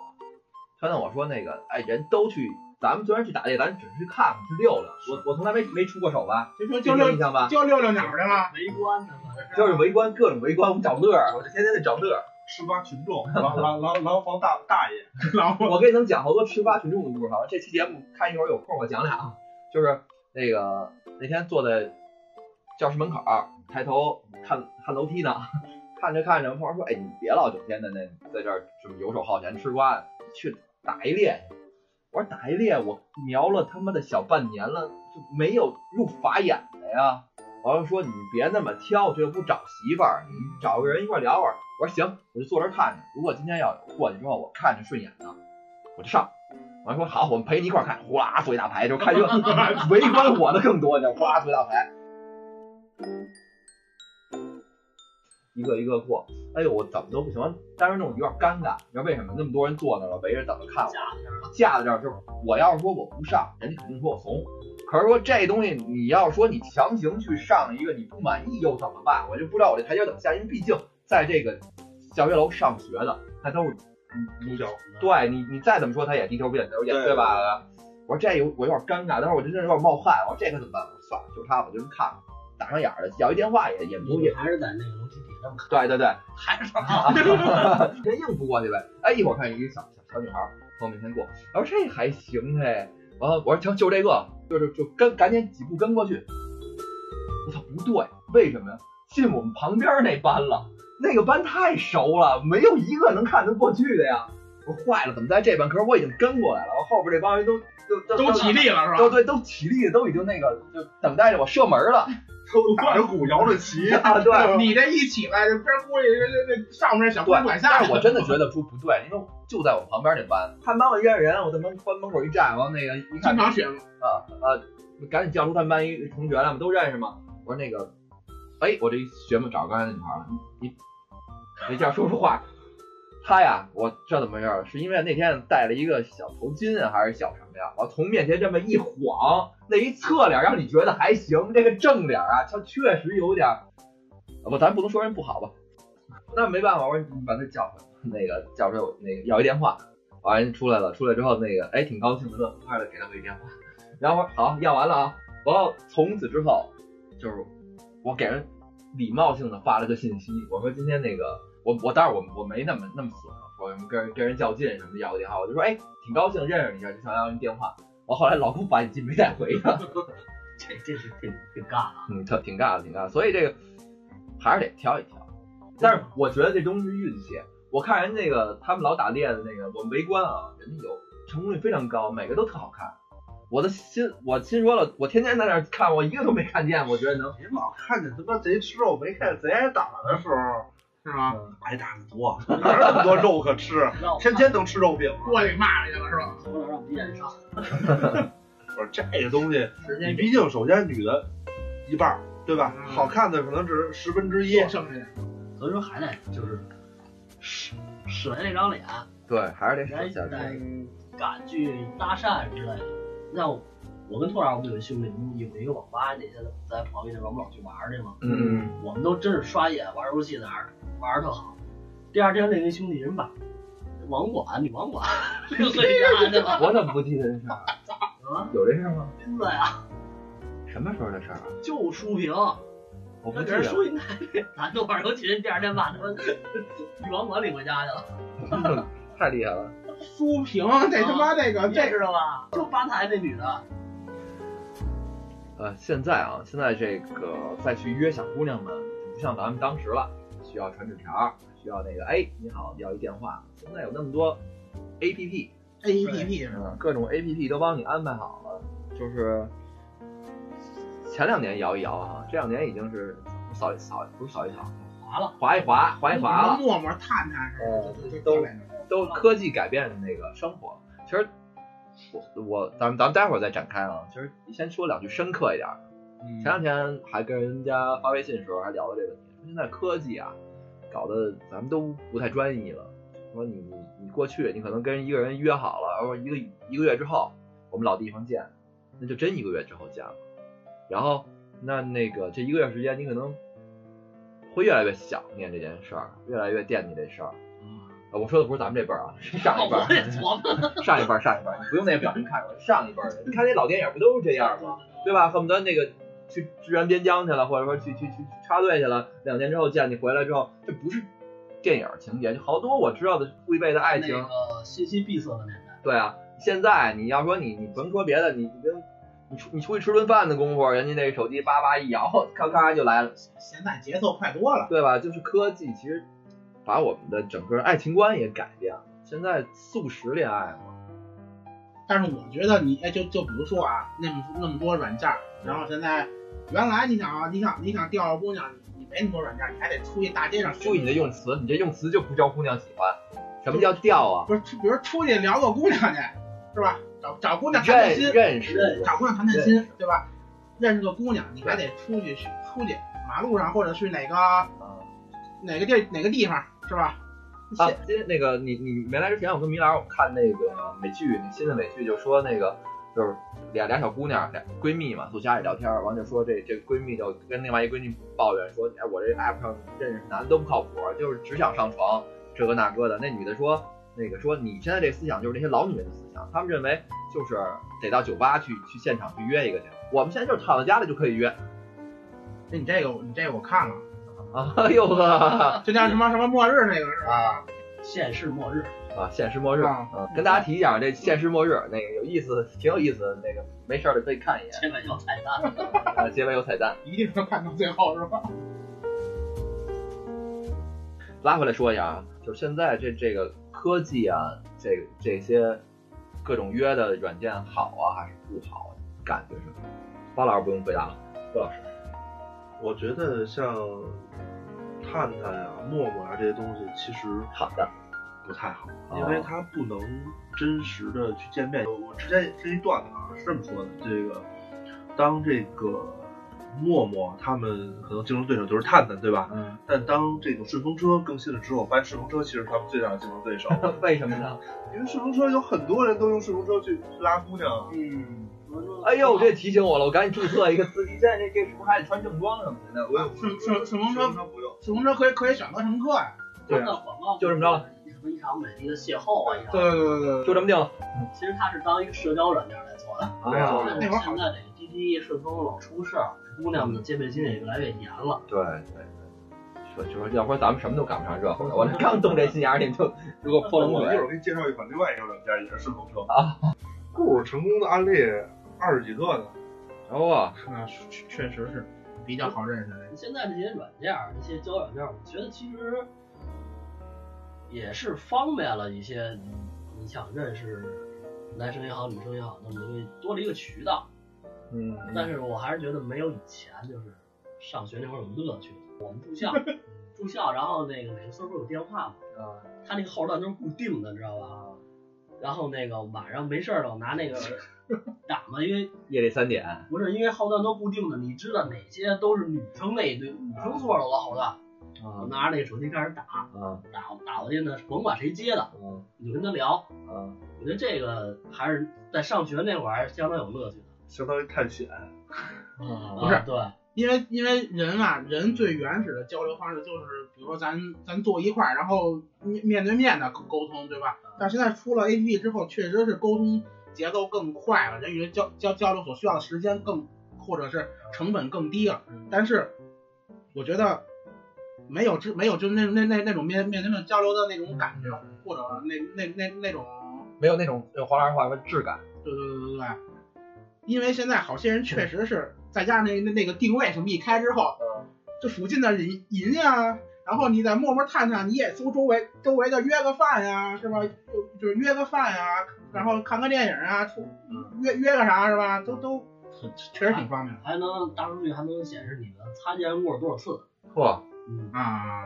Speaker 1: 撺掇我说那个，哎，人都去，咱们虽然去打猎，咱只是去看看去溜溜，我我从来没没出过手吧，
Speaker 3: 就说就
Speaker 1: 这有
Speaker 3: 遛
Speaker 1: 印象吧？
Speaker 3: 就遛遛鸟去了，
Speaker 7: 围观呢，反正
Speaker 1: 就是围观，各种围观，我找乐儿，我就天天在找乐儿。
Speaker 6: 吃瓜群众，廊廊廊廊坊大大爷。
Speaker 3: 老虎
Speaker 1: 我跟你能讲好多吃瓜群众的故事啊。这期节目看一会儿有空我讲俩啊，就是那个那天坐在教室门口儿，抬头看看楼梯呢，看着看着，朋友说：“哎，你别老整天的那在这儿什么游手好闲吃瓜，去打一猎去。”我说打一猎，我瞄了他妈的小半年了，就没有入法眼的呀。完了说你别那么挑，我这又不找媳妇儿，你找个人一块儿聊会儿。我说行，我就坐这儿看着。如果今天要有过去之后，我看着顺眼呢，我就上。完了说好，我们陪你一块儿看，哗做一大排，就看这 围观我的更多，你知道，哗做一大排，一个一个过。哎呦，我怎么都不行，当时弄得有点尴尬，你知道为什么？那么多人坐那了，围着怎么看我？
Speaker 7: 架子上
Speaker 1: 架在这儿，就是我要是说我不上，人家肯定说我怂。可是说这东西，你要说你强行去上一个你不满意又怎么办？我就不知道我这台阶怎么下，因为毕竟在这个教学楼上学的，那都是你
Speaker 6: 从
Speaker 1: 你
Speaker 6: 小
Speaker 1: 对你你再怎么说他也低头不见低头见，
Speaker 5: 对
Speaker 1: 对吧？我说这有我有点尴尬，当时我真的有点冒汗，我说这可怎么办？我说算了，就他吧，就这么看吧，打上眼儿了，要一电话也也不
Speaker 7: 你
Speaker 1: 也
Speaker 7: 还是在那个楼梯底下这么
Speaker 1: 对
Speaker 7: 看，
Speaker 1: 对对，
Speaker 7: 还是
Speaker 1: 人硬不过去呗。哎，一会儿看一个小小小女孩儿从我面前过，我说这还行哎，完了我说行，就这个，就是就跟赶紧几步跟过去。我操，不对，为什么呀？进我们旁边那班了，那个班太熟了，没有一个能看得过去的呀。我说坏了，怎么在这班？可是我已经跟过来了，我后边这帮人都都都
Speaker 3: 都起立了是
Speaker 1: 都
Speaker 3: 吧？啊
Speaker 1: 对都起立，都已经那个就等待着我射门 了
Speaker 6: 都打着鼓摇着旗，
Speaker 1: 啊！对，
Speaker 3: 你这一起来，这边估计这这这上面小官管下
Speaker 1: 但
Speaker 3: 面
Speaker 1: 是我真的觉得说不对，因为就在我旁边那班，他妈我认识人，我在门关门口一站，完那个一看
Speaker 3: 经，常学嘛，
Speaker 1: 啊啊，赶紧叫出他们班一同学来，我们都认识嘛。我说那个，哎，我这一学妹找刚才那女孩了，你你你这样说出话，她呀，我知道怎么回事儿，是因为那天戴了一个小头巾啊，还是小什么呀？我从面前这么一晃，那一侧脸让你觉得还行，这个正脸啊，它确实有点儿，啊不，咱不能说人不好吧？那没办法，我说你把他叫出来，那个叫出来我那个要一电话，完人出来了，出来之后那个哎挺高兴的，乐快的给他回电话。然后我说好要完了啊，然后从此之后就是我给人礼貌性的发了个信息，我说今天那个我我当然我我没那么那么损啊，说什么跟人跟人较劲什么的要个电话，我就说哎挺高兴认识你一下，就想要一电话。我后来老公把你信没带回呢，
Speaker 7: 这这是挺挺尬的。
Speaker 1: 嗯，特挺尬的挺尬的，所以这个还是得挑一挑。但是我觉得这东西是运气。我看人那个他们老打猎的那个，我们围观啊，人家有成功率非常高，每个都特好看。我的心，我心说了，我天天在那儿看，我一个都没看见。我觉得能，
Speaker 6: 你老看见他妈贼吃肉，没看见贼挨打的时候，
Speaker 3: 是吧？
Speaker 6: 挨打的多，啊 哪有那么多肉可 吃？啊
Speaker 7: 让我
Speaker 6: 天天能吃肉饼。啊
Speaker 3: 过去骂去了是吧？
Speaker 7: 头脑让我们验上，
Speaker 6: 我说这个东西，
Speaker 7: 时
Speaker 6: 你
Speaker 7: 间
Speaker 6: 毕竟首先女的一半儿，对吧？
Speaker 3: 嗯
Speaker 6: 好看的可能只是十分之一。
Speaker 3: 多剩下点，
Speaker 7: 所以说还得就是舍舍下那张脸，
Speaker 1: 对，还是得
Speaker 7: 来
Speaker 1: 省下
Speaker 7: 来
Speaker 1: 去。
Speaker 7: 敢去搭讪之类的。那我我跟拓儿，我们有一兄弟，有一个网吧，那天在朋友那边，我们老去玩儿去嘛。
Speaker 1: 嗯，
Speaker 7: 我们都真是刷野玩儿游戏在那儿玩儿特好。第二天那跟兄弟人把网管女网管领回家去了，
Speaker 1: 我怎么不记得这事儿
Speaker 7: 啊
Speaker 1: 啊？嗯有这事儿吗？
Speaker 7: 斌子呀
Speaker 1: 什么时候的事儿啊？
Speaker 7: 就输平，
Speaker 1: 我不
Speaker 7: 那
Speaker 1: 记
Speaker 7: 给人
Speaker 1: 得。
Speaker 7: 输赢太难度玩儿游戏，人第二天把他们女网管领回家去了，
Speaker 1: 太厉害了！
Speaker 3: 输平这他妈这个
Speaker 7: 你
Speaker 3: 这
Speaker 7: 也知道吧？就吧台那女的，
Speaker 1: 呃，现在啊，现在这个再去约小姑娘们，不像咱们当时了，需要传纸条，需要那个哎你好要一电话。现在有那么多 A P P，
Speaker 3: A P P 是吧？
Speaker 1: 嗯，各种 A P P 都帮你安排好了。就是前两年摇一摇啊，这两年已经是扫一扫，不是扫一扫，
Speaker 7: 划了，
Speaker 1: 划一划，划一划了。
Speaker 3: 默默探探似的，就就就过来了
Speaker 1: 都科技改变那个生活，其实我我咱们咱们待会儿再展开啊。其实先说两句深刻一点儿的。
Speaker 6: 嗯
Speaker 7: 嗯
Speaker 1: 前两天还跟人家发微信的时候还聊到这个问题，说现在科技啊，搞得咱们都不太专一了。说你你你过去你可能跟一个人约好了，然后一个一个月之后我们老地方见，那就真一个月之后见了。然后那那个这一个月时间，你可能会越来越想念这件事儿，越来越惦记这事儿。啊我说的不是咱们这辈儿啊，是上一辈儿
Speaker 7: 我 也琢磨，
Speaker 1: 上一辈儿，上一辈儿，你不用那表情看我，上一辈儿的，你看那老电影不都是这样吗？对吧？恨不得那个去支援边疆去了，或者说去去去去插队去了，两年之后见你回来之后，这不是电影情节，就好多我知道的父辈的爱
Speaker 7: 那
Speaker 1: 情，
Speaker 7: 个信息闭塞的年代，
Speaker 1: 对啊。现在你要说你你甭说别的，你你跟你出你出去吃顿饭的功夫，人家那手机叭叭一摇，咔咔就来了，
Speaker 3: 现在节奏快多了，
Speaker 1: 对吧？就是科技其实把我们的整个爱情观也改变了。现在素食恋爱嘛，
Speaker 3: 但是我觉得你，哎，就就比如说啊，那么那么多软件儿，然后现在原来你想啊，你想你想钓着姑娘，你没那么多软件儿，你还得出去大街上
Speaker 1: 注意你的用词，你这用词就不招姑娘喜欢。什么叫钓啊？
Speaker 3: 不是，比如出去聊个姑娘去，是吧？找找姑娘谈谈
Speaker 1: 认
Speaker 3: 心，
Speaker 1: 认识
Speaker 7: 认
Speaker 3: 找姑娘谈谈心，对吧？认识个姑娘，你还得出去去出去马路上，或者去哪个哪个地哪个地方，是吧？
Speaker 1: 啊，今天那个你你没来之前，我跟米老师我们看那个美剧，那新的美剧就说那个就是俩俩小姑娘俩闺蜜嘛，坐家里聊天，完就说这这闺蜜就跟另外一闺蜜抱怨说，哎，我这 app 上认识男的都不靠谱，就是只想上床，这个那个的。那女的说，那个说你现在这思想就是那些老女人的思想，她们认为就是得到酒吧去去现场去约一个去，我们现在就是躺在家里就可以约
Speaker 3: 那哎你这个你这个我看了，嗯
Speaker 1: 啊， 哎呦呵。
Speaker 3: 就叫什么什么末日那个是吧？
Speaker 1: 啊
Speaker 7: 现世末日，
Speaker 1: 啊！现实末日
Speaker 3: 啊
Speaker 1: 啊，跟大家提一下，这现实末日那个有意思，挺有意思的。那个没事儿的可以看一眼。
Speaker 7: 这本有彩蛋。
Speaker 1: 啊，结尾有彩蛋。
Speaker 3: 一定能看到最后是吧？
Speaker 1: 拉回来说一下啊，就是现在这这个科技啊，这个这些各种约的软件好啊还是不好啊？感觉是什么？包老师不用回答了，包老师
Speaker 6: 我觉得像探探呀、陌陌啊这些东西，其实
Speaker 1: 好的。
Speaker 6: 不太好，
Speaker 1: 哦
Speaker 6: 因为它不能真实的去见面。我之前这一段子啊是这么说的：这个当这个陌陌他们可能竞争对手就是探探，对吧？
Speaker 1: 嗯。
Speaker 6: 但当这个顺风车更新了之后，发现顺风车其实是他们最大的竞争对手，
Speaker 1: 为什么呢？
Speaker 6: 因为顺风车有很多人都用顺风车去拉姑娘啊。
Speaker 3: 嗯，
Speaker 1: 哎呦，这提醒我了，我赶紧注册一个自己。现在这这是不是还得穿正装什么的？我
Speaker 3: 顺顺顺风
Speaker 6: 顺风
Speaker 3: 车，
Speaker 6: 车不用，
Speaker 3: 顺风车可以可以选择乘客呀。
Speaker 6: 对
Speaker 7: 那
Speaker 3: 啊
Speaker 7: 广告
Speaker 1: 就这么着了，
Speaker 7: 什么一场美丽的邂逅啊，一场。
Speaker 3: 对对对
Speaker 1: 就这么定了。啊
Speaker 7: 其实它是当一个社交软件来做的。
Speaker 6: 没错
Speaker 7: 但是
Speaker 3: 那会儿好
Speaker 7: 现在这个滴滴、顺丰老出事儿，姑娘们的戒备心也越来越严了。
Speaker 1: 对对对，说就说，要不然咱们什么都赶不上热乎的。我这刚动这心眼儿，你就给我泼冷
Speaker 6: 我一会
Speaker 1: 水。
Speaker 6: 儿给你介绍一款另外一个软件，也是顺风车啊。 故事成功的案例二十几个呢。
Speaker 1: 哦，
Speaker 3: 对，啊，确确实是比较好认识的。
Speaker 7: 现在这些软件儿、这些交友软件儿，我觉得其实也是方便了一些，你想认识男生也好，女生也好，那么一个多了一个渠道。
Speaker 1: 嗯，
Speaker 7: 但是我还是觉得没有以前就是上学那会儿有乐趣。我们 住校，住校，然后那个每个宿舍不是有电话嘛，
Speaker 1: 啊
Speaker 7: 他那个号段都是固定的，知道吧？然后那个晚上没事儿了，我拿 那个打嘛，因为
Speaker 1: 夜里三点，
Speaker 7: 不是因为号段都固定的，你知道哪些都是女生那一堆女生座的号段，我
Speaker 1: 啊
Speaker 7: 拿着那手机开始打，
Speaker 1: 啊
Speaker 7: 打打过去呢，甭管谁接的，
Speaker 1: 嗯
Speaker 7: 你就跟他聊。
Speaker 1: 啊，
Speaker 7: 我觉得这个还是在上学那会儿还是相当有乐趣的。
Speaker 6: 相当于探险，
Speaker 7: 不
Speaker 1: 啊
Speaker 3: 不是
Speaker 7: 对，
Speaker 3: 因为因为人啊，人最原始的交流方式就是，比如说咱咱坐一块儿，然后面面对面的沟沟通，对吧？但现在出了 A P P 之后，确实是沟通节奏更快了，人与人交交交流所需要的时间更，或者是成本更低了。但是我觉得没有之没有就那那那那种面面对面交流的那种感觉，或者那那那那种，
Speaker 1: 没有那种用黄老师话说质感。
Speaker 3: 对对对对对，因为现在好些人确实是再加上那那那个定位什么一开之后。这附近的人人呀、然后你在陌陌探探，你也搜周围周围的约个饭呀、是吧？就就是约个饭呀、然后看个电影啊，出约约个啥是吧？都都确实挺方便
Speaker 7: 还能大数据还能显示你们擦肩过多少次。
Speaker 1: 嚯，
Speaker 7: 嗯，
Speaker 3: 啊。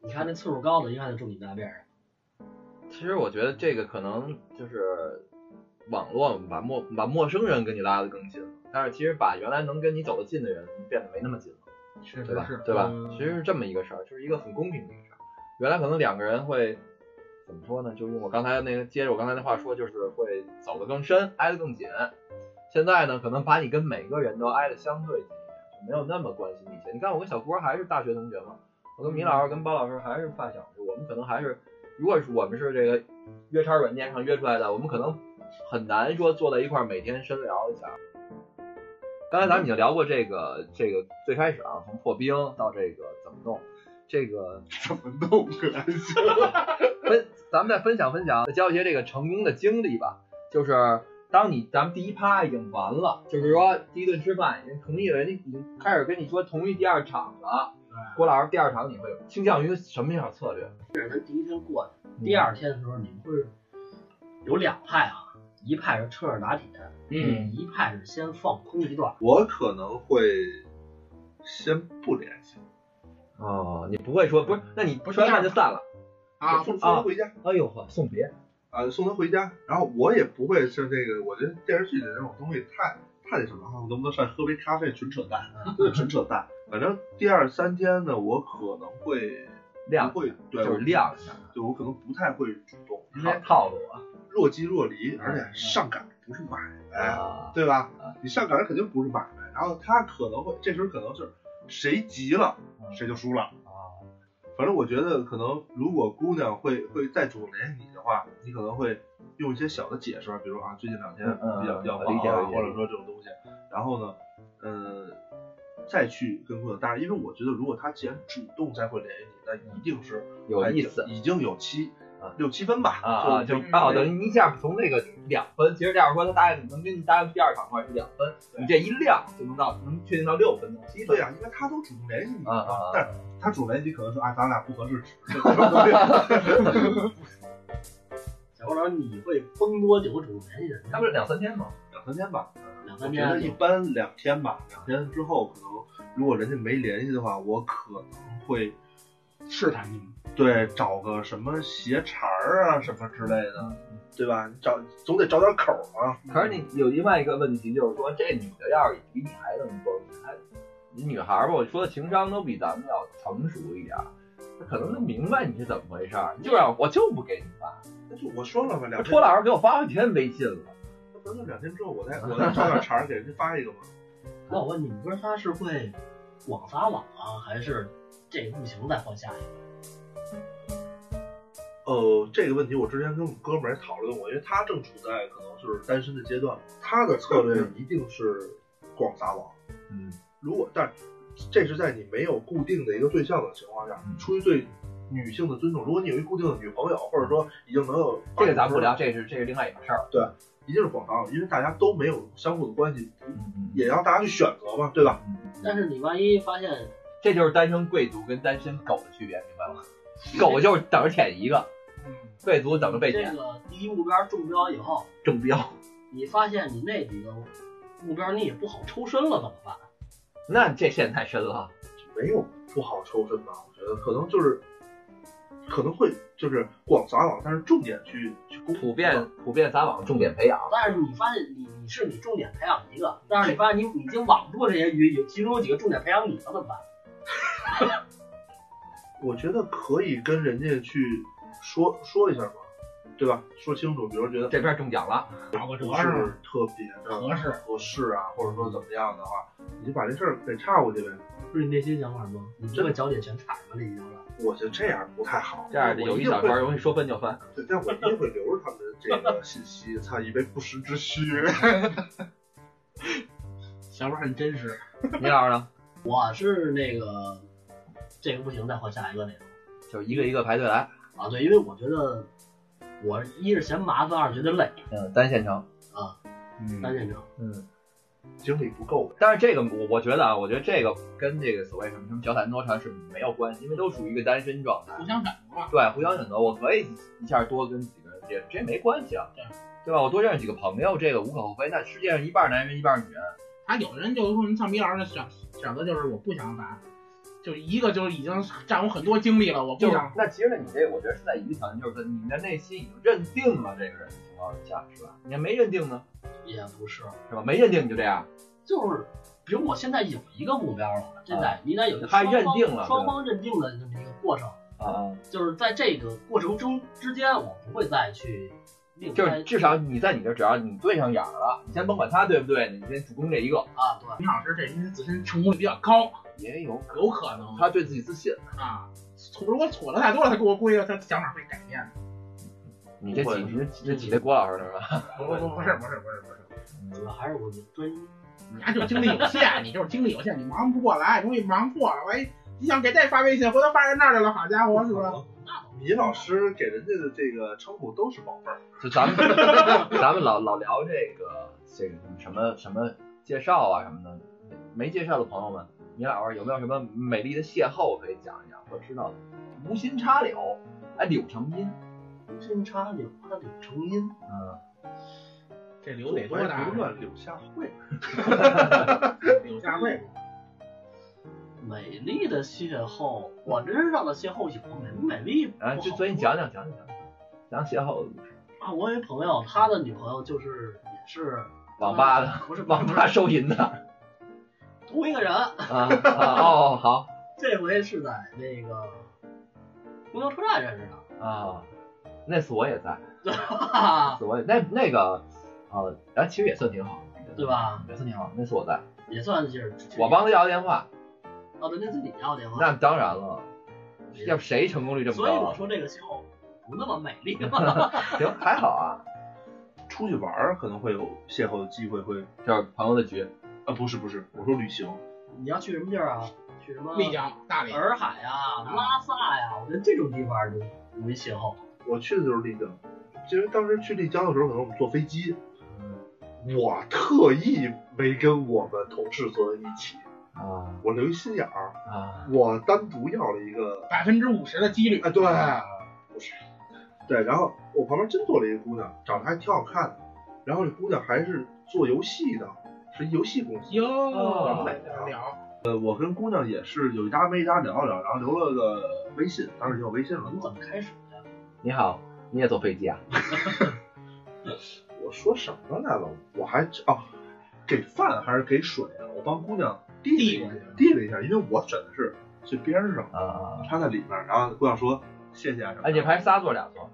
Speaker 7: 你看那次数高的，应该就住你大便上。
Speaker 1: 其实我觉得这个可能就是网络把陌把陌生人跟你拉得更近了，但是其实把原来能跟你走得近的人变得没那么近了。
Speaker 3: 确
Speaker 1: 对
Speaker 3: 实
Speaker 1: 吧
Speaker 3: 是，？
Speaker 1: 对吧？
Speaker 3: 嗯
Speaker 1: 其实是啊这么一个事儿，就是一个很公平的一个事儿。原来可能两个人会怎么说呢？就用我刚才那个接着我刚才那话说，就是会走得更深，挨得更紧。现在呢，可能把你跟每个人都挨得相对近一点，就没有那么关心一些。你看我跟小郭还是大学同学嘛，我跟米
Speaker 3: 嗯
Speaker 1: 老师跟包老师还是发小，我们可能还是，如果是我们是这个约叉软件上约出来的，我们可能很难说坐在一块儿每天深聊一下。刚才咱们已经聊过这个，这个最开始啊，从破冰到这个怎么弄，这个
Speaker 6: 怎么 弄个？
Speaker 1: 分，咱们再分享分享，再教一些这个成功的经历吧。就是当你咱们第一趴已经完了，就是说第一顿吃饭已经同意了，人家已经开始跟你说同意第二场了。郭老师，第二场你会有倾向于什么样的策略？嗯
Speaker 7: 第一天过去，第二天的时候你们会有两派啊，一派是趁热打铁，
Speaker 1: 嗯，
Speaker 7: 一派是先放空一段。
Speaker 6: 我可能会先不联系，
Speaker 1: 哦，你不会说不是？那你不说
Speaker 3: 这样
Speaker 1: 那就散了？
Speaker 3: 啊，
Speaker 6: 送送他回家
Speaker 1: 哎呦呵，送别，
Speaker 6: 啊，送他回家。然后我也不会像这个，我觉得电视剧里这种东西太太那什么了，我能不能上去喝杯咖啡？纯扯淡，纯扯淡。反正第二三天呢，我可能会
Speaker 1: 亮
Speaker 6: 不会，对，
Speaker 1: 就是
Speaker 6: 我
Speaker 1: 亮一下，
Speaker 6: 对我可能不太会主动，因
Speaker 1: 套
Speaker 6: 为
Speaker 1: 套路啊
Speaker 6: 若即若离，而
Speaker 1: 嗯
Speaker 6: 且上赶不是买卖，
Speaker 1: 啊，
Speaker 6: 对吧
Speaker 1: 啊？
Speaker 6: 你上赶肯定不是买卖，然后他可能会这时候可能是谁急了
Speaker 1: 嗯
Speaker 6: 谁就输了。
Speaker 1: 啊
Speaker 6: 反正我觉得，可能如果姑娘会会再主动联系你的话，你可能会用一些小的解释，比如啊，最近两天
Speaker 1: 嗯嗯
Speaker 6: 比较
Speaker 1: 嗯
Speaker 6: 比较
Speaker 1: 我
Speaker 6: 忙
Speaker 1: 理解
Speaker 6: 啊，
Speaker 1: 我理解
Speaker 6: 或者说这种东西，然后呢，呃，再去跟姑娘搭，因为我觉得，如果她既然主动再会联系你，那一定是
Speaker 1: 有意思
Speaker 6: 已经有七
Speaker 1: 啊
Speaker 6: 六七分吧，
Speaker 1: 啊啊！
Speaker 6: 就
Speaker 1: 就
Speaker 3: 嗯
Speaker 1: 啊，等于你一下从那个两分，其实这样说，他答应能跟你答应第二场话是两分，你这一亮就能到能确定到六分到七分
Speaker 6: 对啊呀、因为她都主动联系你
Speaker 1: 啊啊
Speaker 6: 了
Speaker 1: 啊，
Speaker 6: 但是她主动联系你可能说啊，咱俩不合适，只是
Speaker 7: 小郭老师，你会崩多久主动联系人？
Speaker 1: 他不是两三天吗？
Speaker 6: 两三天吧。
Speaker 7: 两
Speaker 6: 我
Speaker 7: 三
Speaker 6: 觉得
Speaker 7: 天啊
Speaker 6: 一
Speaker 7: 就
Speaker 6: 般两天吧，两天之后可能如果人家没联系的话，我可能会
Speaker 3: 试探你们，
Speaker 6: 对找个什么鞋茬儿啊什么之类的，对吧？你找总得找点口儿啊。
Speaker 1: 嗯可是你有另外一个问题，就是说这女的要是比你还能蹦，还女孩儿吧，我说的情商都比咱们要成熟一点儿，她可能就明白你是怎么回事儿，你就让我就不给你发，
Speaker 6: 那就我说了嘛，两天
Speaker 1: 托老师给我发好几天微信了，
Speaker 6: 那不是两天之后我再我再找点茬儿给人家发一个吗？
Speaker 7: 那我问你，你哥仨是会网撒网啊，还是这不行再换下一个？
Speaker 6: 呃，这个问题我之前跟我们哥们儿也讨论过，因为他正处在可能就是单身的阶段，他的策略一定是广撒网。
Speaker 1: 嗯，
Speaker 6: 如果但这是在你没有固定的一个对象的情况下，
Speaker 1: 嗯
Speaker 6: 出于对女性的尊重，如果你有一固定的女朋友，或者说已经能有
Speaker 1: 这个咱不聊，，这是这是另外一码事儿，
Speaker 6: 一定是广撒网，因为大家都没有相互的关系，
Speaker 1: 嗯
Speaker 6: 也让大家去选择嘛，对吧？
Speaker 7: 但是你万一发现
Speaker 1: 这就是单身贵族跟单身狗的区别，明白吗？狗就是等着舔一个，
Speaker 6: 嗯
Speaker 1: 贵族等着被
Speaker 7: 这
Speaker 1: 舔，
Speaker 7: 个第一目标中标以后，
Speaker 1: 中标。
Speaker 7: 你发现你那几个目标你也不好抽身了，怎么办？
Speaker 1: 那这线太深了，
Speaker 6: 没有不好抽身吧，我觉得可能就是可能会就是广撒网，但是重点去去攻
Speaker 1: 普遍普遍撒网，重点培养。
Speaker 7: 但是你发现你你是你重点培养一个，但是你发现你你已经网住这些鱼，有其中有几个重点培养你了，怎么办？
Speaker 6: 我觉得可以跟人家去说说一下嘛，对吧？说清楚，比如觉得
Speaker 1: 这边中奖了，
Speaker 6: 嗯
Speaker 3: 找个折
Speaker 6: 不
Speaker 3: 是
Speaker 6: 是
Speaker 3: 吗？
Speaker 6: 特别的
Speaker 3: 合适
Speaker 6: 合适啊，或者说怎么样的话，你就把这事儿给岔过去呗。
Speaker 7: 不是你内心想法吗？你这个脚底全踩着这已经了，
Speaker 6: 我觉得这样不太好，
Speaker 1: 这样
Speaker 6: 我
Speaker 1: 有
Speaker 6: 一
Speaker 1: 一
Speaker 6: 定
Speaker 1: 小
Speaker 6: 会
Speaker 1: 圈容易说分就 分。
Speaker 6: 对，但我一定会留着他们的这个信息， 操，以备不时之需。
Speaker 3: 小伙很真实，
Speaker 1: 你老师呢？
Speaker 7: 我是那个这个不行再换下一个那种
Speaker 1: 就一个一个排队来。
Speaker 7: 啊，对，因为我觉得我一是嫌麻烦，二是觉得累
Speaker 1: 嗯，单线程。
Speaker 7: 啊，单
Speaker 1: 嗯
Speaker 7: 线程。
Speaker 1: 嗯。
Speaker 6: 精力不够，
Speaker 1: 但是这个我我觉得啊，我觉得这个跟这个所谓什么什么交谈多长是没有关系，因为都属于一个单身状态。
Speaker 3: 互相感觉吧。
Speaker 1: 对，互相选择，我可以一下多跟几个人接触，这没关系啊
Speaker 3: 对，
Speaker 1: 对吧？我多认识几个朋友，这个无可厚非。那世界上一半男人，一半女人，
Speaker 3: 他有的人就会像米老师的选选择就是我不想打，就一个就是已经占我很多精力了，我不
Speaker 1: 就是
Speaker 3: 想。
Speaker 1: 那其实呢，你这个我觉得是在一个条件，就是说你的内心已经认定了这个人的情况下，是吧？你还没认定呢，
Speaker 7: 也不是，
Speaker 1: 是吧？没认定你就这样，
Speaker 7: 就是比如我现在有一个目标了，这得你得有一个
Speaker 1: 啊他
Speaker 7: 双
Speaker 1: 认
Speaker 7: 方
Speaker 1: 定了
Speaker 7: 双
Speaker 1: 对
Speaker 7: 方认定的这么一个过程，
Speaker 1: 啊，
Speaker 7: 就是在这个过程中之间，我不会再去另
Speaker 1: 就
Speaker 7: 开
Speaker 1: 是至少你在你这儿，只要你对上眼儿了，你先甭管他对不对，你先主攻这一个
Speaker 7: 啊，对，
Speaker 3: 米老师这人自身成功率比较高，
Speaker 1: 也有可
Speaker 3: 有可能
Speaker 1: 他对自己自信。
Speaker 3: 啊，如果错的太多了，他给我估计他想法会改变的。
Speaker 1: 你这挤，你这挤这挤这郭老师那儿了，
Speaker 3: 不不不，不是不是不是不是，
Speaker 7: 主要还是我的专一。
Speaker 3: 你还就是精力有限，你就是精力有限，你忙不过来，容易忙错了。万一你想给这发微信，回头发人那儿来了，好家伙，是吧？
Speaker 6: 米老师给人家的这个称呼都是宝贝儿，
Speaker 1: 就咱 们咱们老老聊这个这个什么什么介绍啊什么的，没介绍的朋友们，你老师有没有什么美丽的邂逅可以讲一讲，或者知道的？无心插柳，哎，柳成荫，
Speaker 7: 无心插柳，它柳成荫。
Speaker 1: 嗯，
Speaker 9: 这柳哪
Speaker 3: 多大
Speaker 6: 不乱柳下惠，
Speaker 3: 柳下惠
Speaker 7: 美丽的邂逅，我真知道的邂逅有美不美丽不好
Speaker 1: 哎，就所以你讲讲讲讲讲讲邂逅的故事，
Speaker 7: 啊，我有一朋友，他的女朋友就是也是
Speaker 1: 网吧的，
Speaker 7: 不是
Speaker 1: 网吧收银的啊
Speaker 7: 同一个人，
Speaker 1: 啊哦好
Speaker 7: 这回是在那个公交车站认识的。
Speaker 1: 啊，那次我也在，
Speaker 7: 哈哈，
Speaker 1: 所谓那那个，呃，咱其实也算挺好，
Speaker 7: 对？吧？
Speaker 1: 也算挺好，那次我在，
Speaker 7: 也算是
Speaker 1: 我帮他要电话，
Speaker 7: 哦，对，那是你要电话。
Speaker 1: 那当然了，要不谁成功率这么
Speaker 7: 所以
Speaker 1: 高
Speaker 7: 我
Speaker 1: 啊？
Speaker 7: 说这个邂逅不那么美丽 嘛。
Speaker 1: 行，还好啊，
Speaker 6: 出去玩儿可能会有邂逅的机会会，
Speaker 1: 就是朋友的局，
Speaker 6: 啊不是不是，我说旅行，
Speaker 7: 你要去什么地儿啊？去什么
Speaker 3: 丽江、大理，
Speaker 7: 洱海啊、拉萨呀、我觉得这种地方就容易邂逅。
Speaker 6: 我去的就是丽江，因为当时去丽江的时候，可能我们坐飞机，我特意没跟我们同事坐在一起，
Speaker 1: 啊
Speaker 6: 我留一心眼儿，
Speaker 1: 啊，
Speaker 6: 我单独要了一个，
Speaker 3: 百分之五十的几率
Speaker 6: 哎，对，不是，对，然后我旁边真坐了一个姑娘，长得还挺好看的，然后这姑娘还是做游戏的，是一游戏公司。
Speaker 3: 哟，
Speaker 1: 哦
Speaker 3: 聊
Speaker 6: 呃，我跟姑娘也是有一搭没一搭聊一聊，然后留了个微信，当时也有微信了
Speaker 7: 我。们怎么开始的？
Speaker 1: 你好，你也坐飞机啊？
Speaker 6: 我说什么来了？我还哦，给饭还是给水啊？我帮姑娘递了一下，递了一下，因为我选的是最边上，
Speaker 1: 啊，
Speaker 6: 她在里面，然后姑娘说谢谢啊什么的。
Speaker 1: 哎，你们还是仨座俩座？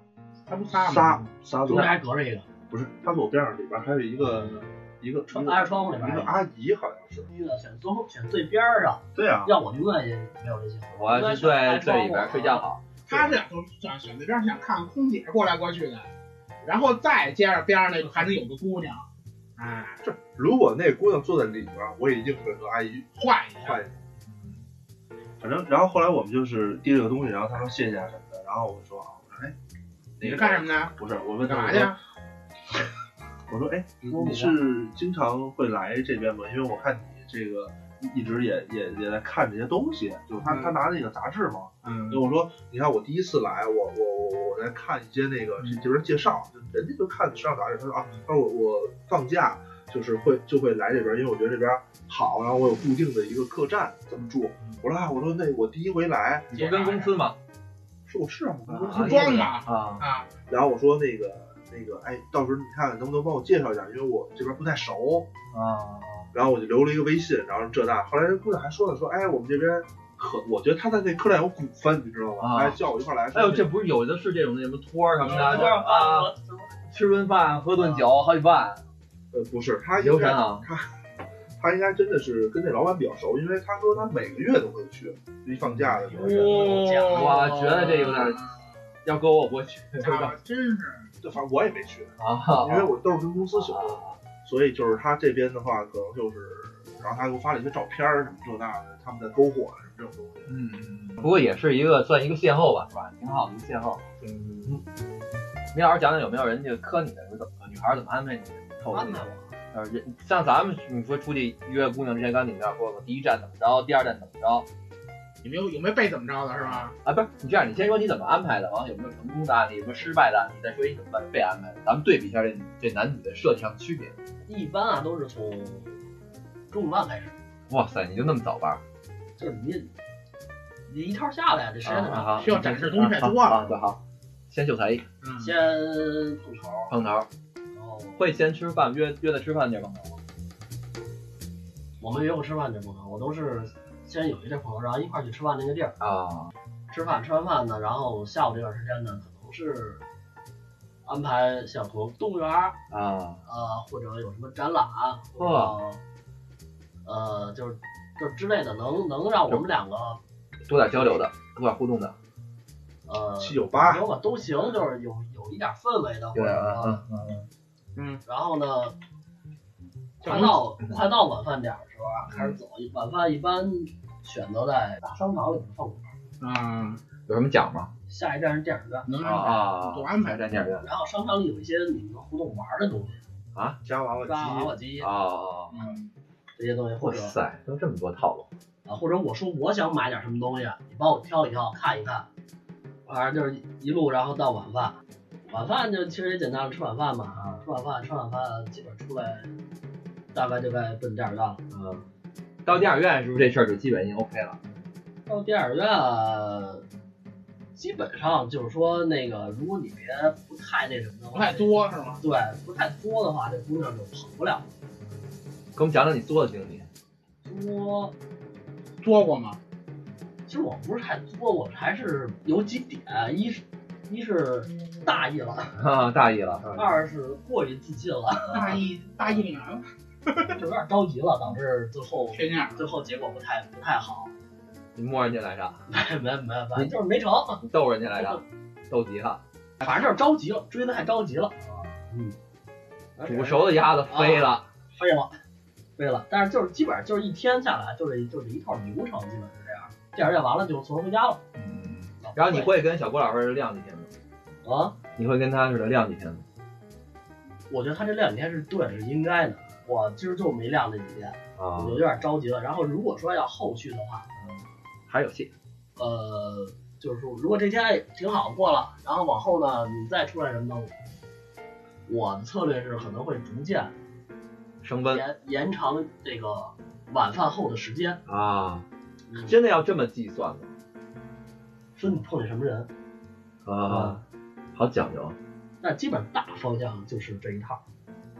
Speaker 3: 他不仨
Speaker 6: 仨
Speaker 3: 吗？
Speaker 6: 仨
Speaker 7: 中
Speaker 6: 坐
Speaker 7: 间还隔着一个，
Speaker 6: 不是，她坐我边上，里边还有一个一个
Speaker 7: 穿
Speaker 6: 一
Speaker 7: 挨
Speaker 6: 个
Speaker 7: 着窗户里边
Speaker 6: 一
Speaker 7: 儿
Speaker 6: 个阿姨，好像是。
Speaker 7: 第一个选最后选最边儿上，
Speaker 6: 对啊，
Speaker 7: 要我永远也没有这些。
Speaker 1: 我
Speaker 7: 应该
Speaker 1: 是
Speaker 7: 是挨
Speaker 1: 最
Speaker 7: 窗户
Speaker 1: 最里边睡觉好。
Speaker 3: 他是想说想选择边儿想看空姐过来过去的，然后再接着边上那个还能有个姑娘，哎，
Speaker 6: 如果那姑娘坐在里边，我也硬是和阿姨
Speaker 3: 换一下
Speaker 6: 换。反正，然后后来我们就是递了个东西，然后她说谢谢啊什么的，然后我说啊，我说哎，
Speaker 3: 你
Speaker 6: 那
Speaker 3: 是
Speaker 6: 个
Speaker 3: 干什么呢？
Speaker 6: 不是，我问她
Speaker 3: 干嘛
Speaker 6: 我
Speaker 3: 去
Speaker 6: 说
Speaker 3: 啊？
Speaker 6: 我说，哎，你
Speaker 7: 我
Speaker 6: 你是经常会来这边吗？因为我看你这个一直也也也在看这些东西，就是他、
Speaker 3: 嗯
Speaker 6: 他拿那个杂志嘛。
Speaker 3: 嗯
Speaker 6: 跟我说，你看我第一次来，我我我我在看一些那个这这边介绍，就人家就看时尚杂志，他说啊，他说我我放假就是会就会来这边，因为我觉得这边好，然后我有固定的一个客栈怎么住。我说啊，我说那我第一回来，
Speaker 1: 你不跟公司吗？
Speaker 6: 是我是啊，我跟公司
Speaker 1: 啊
Speaker 3: 装嘛
Speaker 1: 啊
Speaker 3: 啊，
Speaker 6: 然后我说那个那个，哎，到时候你看看能不能帮我介绍一下，因为我这边不太熟。
Speaker 1: 啊，
Speaker 6: 然后我就留了一个微信，然后这那。后来人姑娘还说了说，哎，我们这边可，我觉得他在那客栈有股份，你知道吗？
Speaker 1: 啊
Speaker 6: 哎，叫我一块儿来。
Speaker 1: 哎呦，这不是有的是这种什么托儿什么的，
Speaker 7: 啊
Speaker 1: 就是啊，，吃顿饭喝顿酒好几万，
Speaker 6: 呃不是，他应
Speaker 1: 刘
Speaker 6: 该
Speaker 1: 晨啊，
Speaker 6: 他应该真的是跟那老板比较熟，因为他说他每个月都会去，一放假的时候。
Speaker 1: 嗯
Speaker 7: 啊
Speaker 1: 我觉得这有点要搁我我去
Speaker 3: 啊，真是
Speaker 6: 就反正我也没去，
Speaker 1: 啊，
Speaker 6: 因为我都是跟公司去，所以就是他这边的话，可能就是，然后他给我发了一些照片儿什么这那的，他们在篝火啊什么这种东西。
Speaker 1: 嗯，不过也是一个算一个邂逅吧，是吧？挺好的一个邂逅。嗯，你老师讲讲有没有人家磕你的时候怎么，女孩怎么安排你？扣
Speaker 7: 安啊
Speaker 1: 你
Speaker 7: 排我。
Speaker 1: 呃，人像咱们你说出去约姑娘之前，刚才你们俩说过，第一站怎么着，第二站怎么着
Speaker 3: 有没有有没有被怎么着的是吧？
Speaker 1: 啊？不是，你这样，你先说你怎么安排的，完了有没有成功的案例，有没有失败的案例，再说你怎么被安排的，咱们对比一下这这男女的设计上的区别。
Speaker 7: 一般啊都是从中午饭开始，
Speaker 1: 哇塞，你就那么早班？
Speaker 7: 就是你你一套下来，这时间太长，
Speaker 1: 啊
Speaker 3: 需要展示东西太多
Speaker 1: 啊
Speaker 3: 了。
Speaker 1: 啊，对，好，先秀才艺，
Speaker 3: 嗯，
Speaker 7: 先吐槽，
Speaker 1: 碰头，
Speaker 7: 然后
Speaker 1: 会先吃饭，约约在吃饭地儿碰头吗。
Speaker 7: 我们约过吃饭这朋友，我都是先有一阵朋友，然后一块儿去吃饭那个地儿
Speaker 1: 啊，
Speaker 7: 吃饭，吃完饭呢，然后下午这段时间呢，可能是安排像从动物园儿
Speaker 1: 啊
Speaker 7: 呃，或者有什么展览，或
Speaker 1: 哦
Speaker 7: 者呃，就是就是之类的，能能让我们两个，
Speaker 1: 多点交流的，多点互动的，
Speaker 7: 呃，
Speaker 6: 七九
Speaker 1: 哎
Speaker 6: 八
Speaker 7: 如果都行，就是有有一点氛围的，或
Speaker 1: 有
Speaker 7: 者
Speaker 1: 点
Speaker 3: 哦
Speaker 7: 说
Speaker 1: 啊啊
Speaker 7: 然后呢，
Speaker 3: 就
Speaker 7: 快到快到晚饭点儿的时候啊，开始走。晚饭一般选择在大商场里面放火。
Speaker 3: 啊，
Speaker 1: 有什么奖吗？
Speaker 7: 下一站是电影院，
Speaker 3: 能
Speaker 1: 啊
Speaker 3: 安排
Speaker 1: 啊，
Speaker 3: 多安排
Speaker 1: 在电影院
Speaker 7: 然后商场里有一些你们能互动玩儿的东西，
Speaker 6: 夹娃娃
Speaker 7: 抓娃
Speaker 6: 机，
Speaker 7: 娃机
Speaker 1: 啊啊，啊
Speaker 3: 嗯，
Speaker 7: 这些东西，或
Speaker 1: 哇
Speaker 7: 者
Speaker 1: 塞，都这么多套路
Speaker 7: 啊，或者我说我想买点什么啊东西，你帮我挑一挑，看一看。反正就是一路，然后到晚饭，晚饭就其实也简单，吃晚饭嘛啊，吃晚饭，吃晚饭，基本出来，大概就该奔电影院了。
Speaker 1: 嗯，到电影院是不是这事儿就基本已经 OK 了？
Speaker 7: 到电影院，基本上就是说那个，如果你别不太那什么的
Speaker 3: 不
Speaker 7: 话，
Speaker 3: 太多是吗？
Speaker 7: 对，不太作的话，这姑娘就跑不了。
Speaker 1: 给我们讲讲你作的经历。
Speaker 7: 作，
Speaker 3: 作过吗？
Speaker 7: 其实我不是太作，我还是有几点，一是一是大意了，
Speaker 1: 哈，大意了，
Speaker 3: 嗯
Speaker 7: 二是过于自信了，
Speaker 3: 大一大一女儿
Speaker 7: 就有点着急了，导致最后
Speaker 3: 缺心眼儿，
Speaker 7: 最后结果不太不太好，
Speaker 1: 你摸人家来啥？
Speaker 7: 没没没，反正就是没成。
Speaker 1: 你逗人家来啥？逗急了，
Speaker 7: 反正就是着急了，追的太着急了，嗯，
Speaker 3: 嗯
Speaker 1: 煮熟的鸭子飞
Speaker 3: 啊
Speaker 1: 了，
Speaker 7: 飞了，飞了。但是就是基本上就是一天下来，就这就这一套流程，基本是这样。电影院完了就送人回家了。
Speaker 1: 嗯，然后你会跟小郭老师晾几天吗？
Speaker 7: 啊？
Speaker 1: 你会跟他似的晾几天吗？
Speaker 7: 我觉得他这两天是对，是应该的。我今儿就没亮这几天，我
Speaker 1: 啊
Speaker 3: 嗯
Speaker 7: 就有点着急了。然后如果说要后续的话，
Speaker 1: 还是有戏。
Speaker 7: 呃，就是说如果这天哎挺好过了，然后往后呢你再出来什么的，我的策略是可能会逐渐
Speaker 1: 升温
Speaker 7: 延延长这个晚饭后的时间，
Speaker 3: 嗯
Speaker 1: 啊，真的要这么计算吗？
Speaker 7: 分你碰见什么人。
Speaker 1: 啊，
Speaker 3: 嗯
Speaker 1: 好讲究。啊
Speaker 7: 但基本上大方向就是这一套。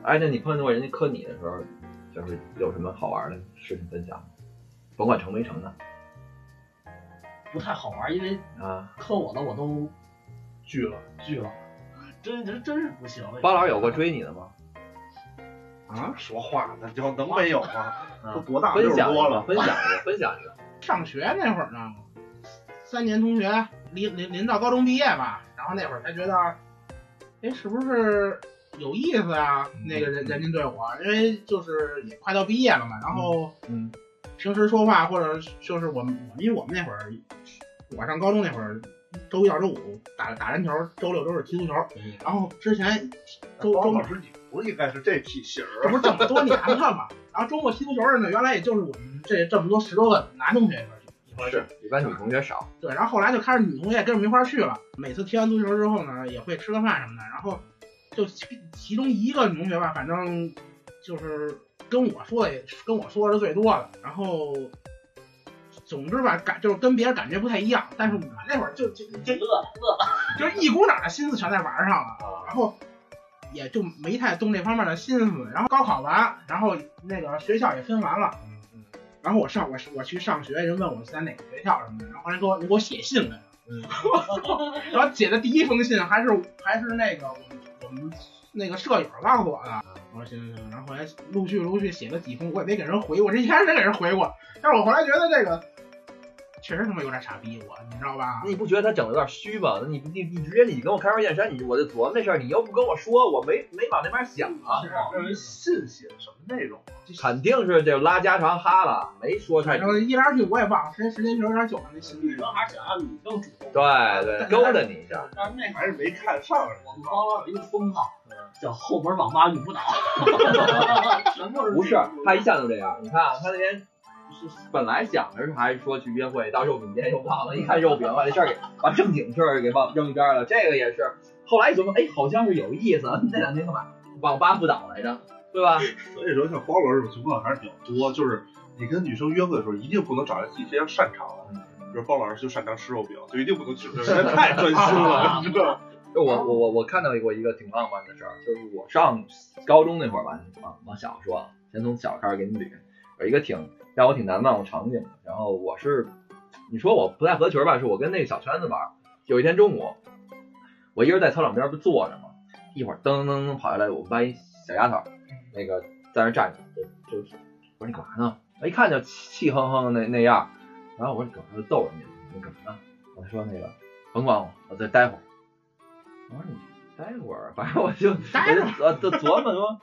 Speaker 1: 哎，那你碰见过人家磕你的时候，就是有什么好玩的事情分享吗？甭管成没成的
Speaker 7: 不太好玩，因为
Speaker 1: 啊。
Speaker 7: 磕我的我都
Speaker 6: 拒了
Speaker 7: 拒了，真真真是不行。
Speaker 1: 包老有过追你的吗？
Speaker 6: 啊！说话那就能没有吗？
Speaker 1: 啊
Speaker 6: 都多大
Speaker 1: 分
Speaker 6: 六十
Speaker 1: 享一
Speaker 6: 多
Speaker 1: 个，
Speaker 6: 了，
Speaker 1: 分享一个，分享 一个。
Speaker 3: 上学那会儿呢，三年同学，临临临到高中毕业吧，然后那会儿才觉得，哎，是不是有意思啊？那个人人家对我，因为就是也快到毕业了嘛，然后
Speaker 1: 嗯
Speaker 3: 平时说话或者就是我们我们因为我们那会儿，我上高中那会儿，周一到周五打打篮球，周六周日踢足球，
Speaker 1: 嗯
Speaker 3: 然后之前周周
Speaker 6: 高
Speaker 3: 末
Speaker 6: 老师你不应该是这体型
Speaker 3: 这
Speaker 6: 儿，
Speaker 3: 不是这么多年了嘛？然后周末踢足球儿呢，原来也就是我们这这么多十多个男同学一块儿去一块儿去。
Speaker 1: 是，一般女同学少。
Speaker 3: 对，然后后来就开始女同学跟我们一块儿去了。每次踢完足球之后呢，也会吃个饭什么的。然后就其其中一个女同学吧，反正就是跟我说的也跟我说的是最多的。然后总之吧，感就是跟别人感觉不太一样。但是我那会儿就就就
Speaker 7: 乐乐，
Speaker 3: 就是一股脑的心思全在玩上了，然后也就没太动这方面的心思。然后高考完，然后那个学校也分完了，然后我上我我去上学，人问我在哪个学校什么的，然后人说你给我写信来了， 然后写的第一封信还是还是那个我们我们那个舍友告诉我的。我说行行行，然后后来陆续陆续写了几封，我也没给人回，我这一开始给人回过，但是我后来觉得这个确实他妈有点傻逼我，你知道吧？
Speaker 1: 那你不觉得他整的有点虚吗？那你你你直接你跟我开门见山，你我就琢磨这事儿，你又不跟我说，我没没往那边想啊。
Speaker 6: 人信写什么内容？
Speaker 1: 肯定是就拉家常哈了，没说太
Speaker 3: 反
Speaker 1: 多。
Speaker 3: 正一来二去我也忘了，时间时间确实有点久了，那心里
Speaker 7: 啊女生还是想让你更主动。
Speaker 1: 对对，勾搭你一下。
Speaker 7: 但是那会儿
Speaker 6: 还是没看上人。
Speaker 7: 我们高老有一个封号，叫后门网 吧绿不倒，全都是
Speaker 1: 不是，他一向就这样。你看啊他那天是本来想着是还说去约会，到肉饼店又忘了，一看肉饼把这事儿给把正经事儿给忘扔一边了。这个也是，后来一琢磨，哎，好像是有意思。那两天干嘛？网吧不倒来着，对吧？
Speaker 6: 所以说，像包老师这种情况还是比较多。就是你跟女生约会的时候，一定不能找一自己非常擅长的。比如包老师就擅长吃肉饼，就一定不能去，这 人家太专心了，你知道吗？
Speaker 1: 我我我我看到过一个挺浪漫的事儿，就是我上高中那会儿吧，往往小说啊，先从小开始给你捋，有一个挺让我挺难忘的场景。然后我是，你说我不太合群吧，是我跟那个小圈子玩儿。有一天中午，我一人在操场边儿不坐着嘛，一会儿噔噔噔噔跑下来，我们班一小丫头儿，
Speaker 3: 嗯
Speaker 1: 那个在那儿站着，就就我说你干嘛呢？哎我一看就气气哼哼的那那样儿，然后我说你干嘛就揍人家？你干嘛呢？我说那个甭管我，我再待会儿。我说你待会儿，反正我就
Speaker 3: 待会儿
Speaker 1: 我就琢 磨说，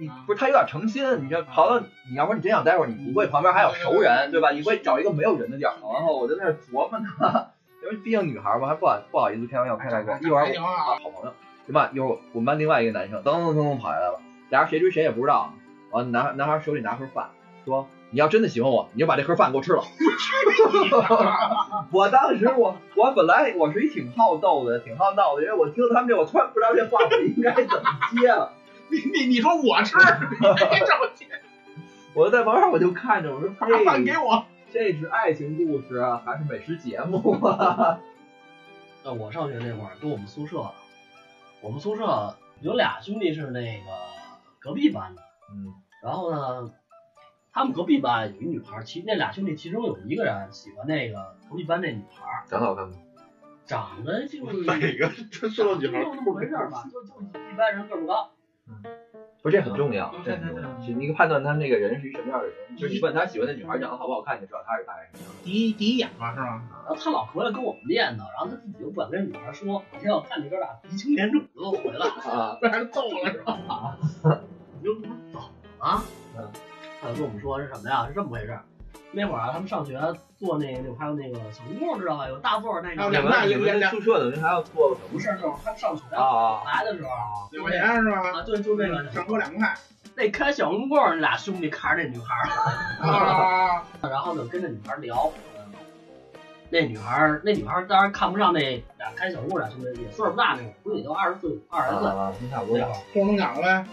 Speaker 1: 你不是他有点诚心，你这跑到你要不然你真想待会儿，你不会旁边还有熟人对吧？你会找一个没有人的地儿。然后我就在那儿琢磨呢， 因为毕竟女孩嘛，还不好不好意思开玩
Speaker 3: 哎
Speaker 1: 笑开太过。一会儿我
Speaker 3: 啊，
Speaker 1: 好朋友，行吧，一会儿我们班另外一个啊男生噔噔噔噔跑下来了，俩人谁追谁也不知道。完，男男孩手里拿盒饭，说：“你要真的喜欢我，你就把这盒饭给我吃了。我当时我我本来我是一挺好斗的，挺好闹的，因为我听他们这，我突然不知道这话我应该怎么接了。
Speaker 3: 你你你说我吃， 你这么 接
Speaker 1: 我在旁边我就看着，我说
Speaker 3: 把
Speaker 1: 嘿，
Speaker 3: 饭给我，
Speaker 1: 这是爱情故事啊，还是美食节目啊？
Speaker 7: 那我上学那会儿住我们宿舍，我们宿舍有俩兄弟是那个隔壁班的，
Speaker 1: 嗯，
Speaker 7: 然后呢，他们隔壁班有一女孩儿，其那俩兄弟其中有一个人喜欢那个隔壁班那女孩儿，
Speaker 1: 长得好看吗？
Speaker 7: 长得 就
Speaker 6: 哪个这说到女孩
Speaker 7: 就那么哎回事儿吧，就就一般人个不高。
Speaker 1: 不是，这很重要
Speaker 3: 嗯，
Speaker 1: 这很重要。是你判断他那个人是一什么样的人，就是你问他喜欢的女孩长得好不好看，你就知道他是大概什么样的人。
Speaker 3: 第一第一眼嘛是 吗？
Speaker 7: 然后他老回来跟我们念叨，然后他自己又不敢跟女孩儿说，每天我看你哥俩鼻青脸肿的都回来，
Speaker 1: 啊，
Speaker 3: 被人揍了是吧？
Speaker 7: 你就不是怎么了？
Speaker 1: 嗯，
Speaker 7: 啊他就跟我们说是什么呀？是这么回事儿。那会儿啊，他们上学坐那个，还有那个小木屋知道吧？有大座儿那
Speaker 3: 还有
Speaker 7: 个，
Speaker 1: 你
Speaker 3: 两大
Speaker 1: 们你
Speaker 3: 两
Speaker 1: 们这
Speaker 3: 两
Speaker 1: 宿舍等于还要做
Speaker 7: 不是，就是他们上学
Speaker 1: 啊啊，
Speaker 7: 来的时候啊，
Speaker 3: 两块钱嗯是吧？
Speaker 7: 啊，对，就那个
Speaker 3: 上课两块
Speaker 7: 那开小木棍儿那俩兄弟看着那女孩儿，
Speaker 3: 啊，
Speaker 7: 然后就跟那女孩儿聊。嗯那女孩儿，那女孩儿当然看不上那俩开小木棍儿俩兄弟，也岁数不大那会儿，估计也就二十岁、二十岁
Speaker 1: 啊，听差不
Speaker 7: 那
Speaker 1: 多
Speaker 7: 会儿。
Speaker 3: 光能奖呗，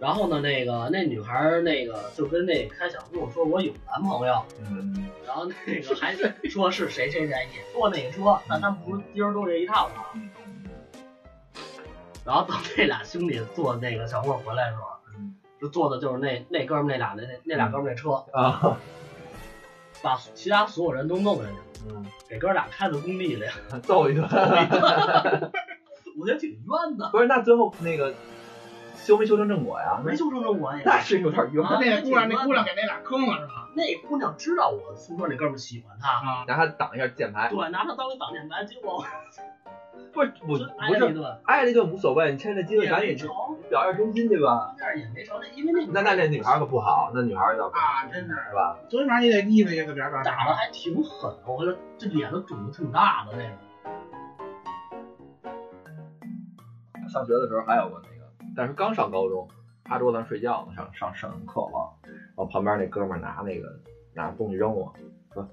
Speaker 7: 然后呢，那个那女孩儿那个就跟那开小木说，我有男朋友。
Speaker 1: 嗯，
Speaker 7: 然后那个 还说是谁谁谁也坐那个车，但他们不是
Speaker 1: 嗯
Speaker 7: 今儿都这一趟吗？ 然后到那俩兄弟坐那个小货回来的时候，
Speaker 1: 嗯
Speaker 7: 就坐的就是那那哥们儿那俩那那那俩哥们儿那车，
Speaker 1: 啊，
Speaker 7: 把其他所有人都弄进去，
Speaker 1: 嗯，
Speaker 7: 给哥俩开到工地里，
Speaker 1: 揍一顿。
Speaker 7: 我觉得挺冤的，
Speaker 1: 不是，那最后那个修没修成正果呀？
Speaker 7: 没修成正果也。
Speaker 1: 那是有点冤。
Speaker 7: 啊
Speaker 3: 那姑娘那姑娘给那俩坑了是吧？
Speaker 7: 那姑娘知道我宿舍那哥们儿喜欢她，
Speaker 3: 啊，
Speaker 1: 拿他挡一下键盘，
Speaker 7: 对，拿她当一挡箭牌，结果
Speaker 1: 不是我
Speaker 7: 就挨
Speaker 1: 不
Speaker 7: 了一
Speaker 1: 是
Speaker 7: 顿，
Speaker 1: 挨了一顿无所谓，你趁着机会
Speaker 7: 也
Speaker 1: 赶
Speaker 7: 没
Speaker 1: 紧去
Speaker 7: 成，
Speaker 1: 表示忠心去吧。
Speaker 7: 那儿也没成，那因为那
Speaker 1: 那那那女孩可不好，那女孩要不好
Speaker 3: 啊，真是，
Speaker 1: 是吧？
Speaker 3: 最起码也得意思意思，别别
Speaker 7: 打的还挺狠，我觉得这脸都肿的挺大的那种。
Speaker 1: 上学的时候还有过那个，但是刚上高中，趴桌子上睡觉呢，上上上完课了，然后旁边那哥们儿拿那个拿东西扔我，说：“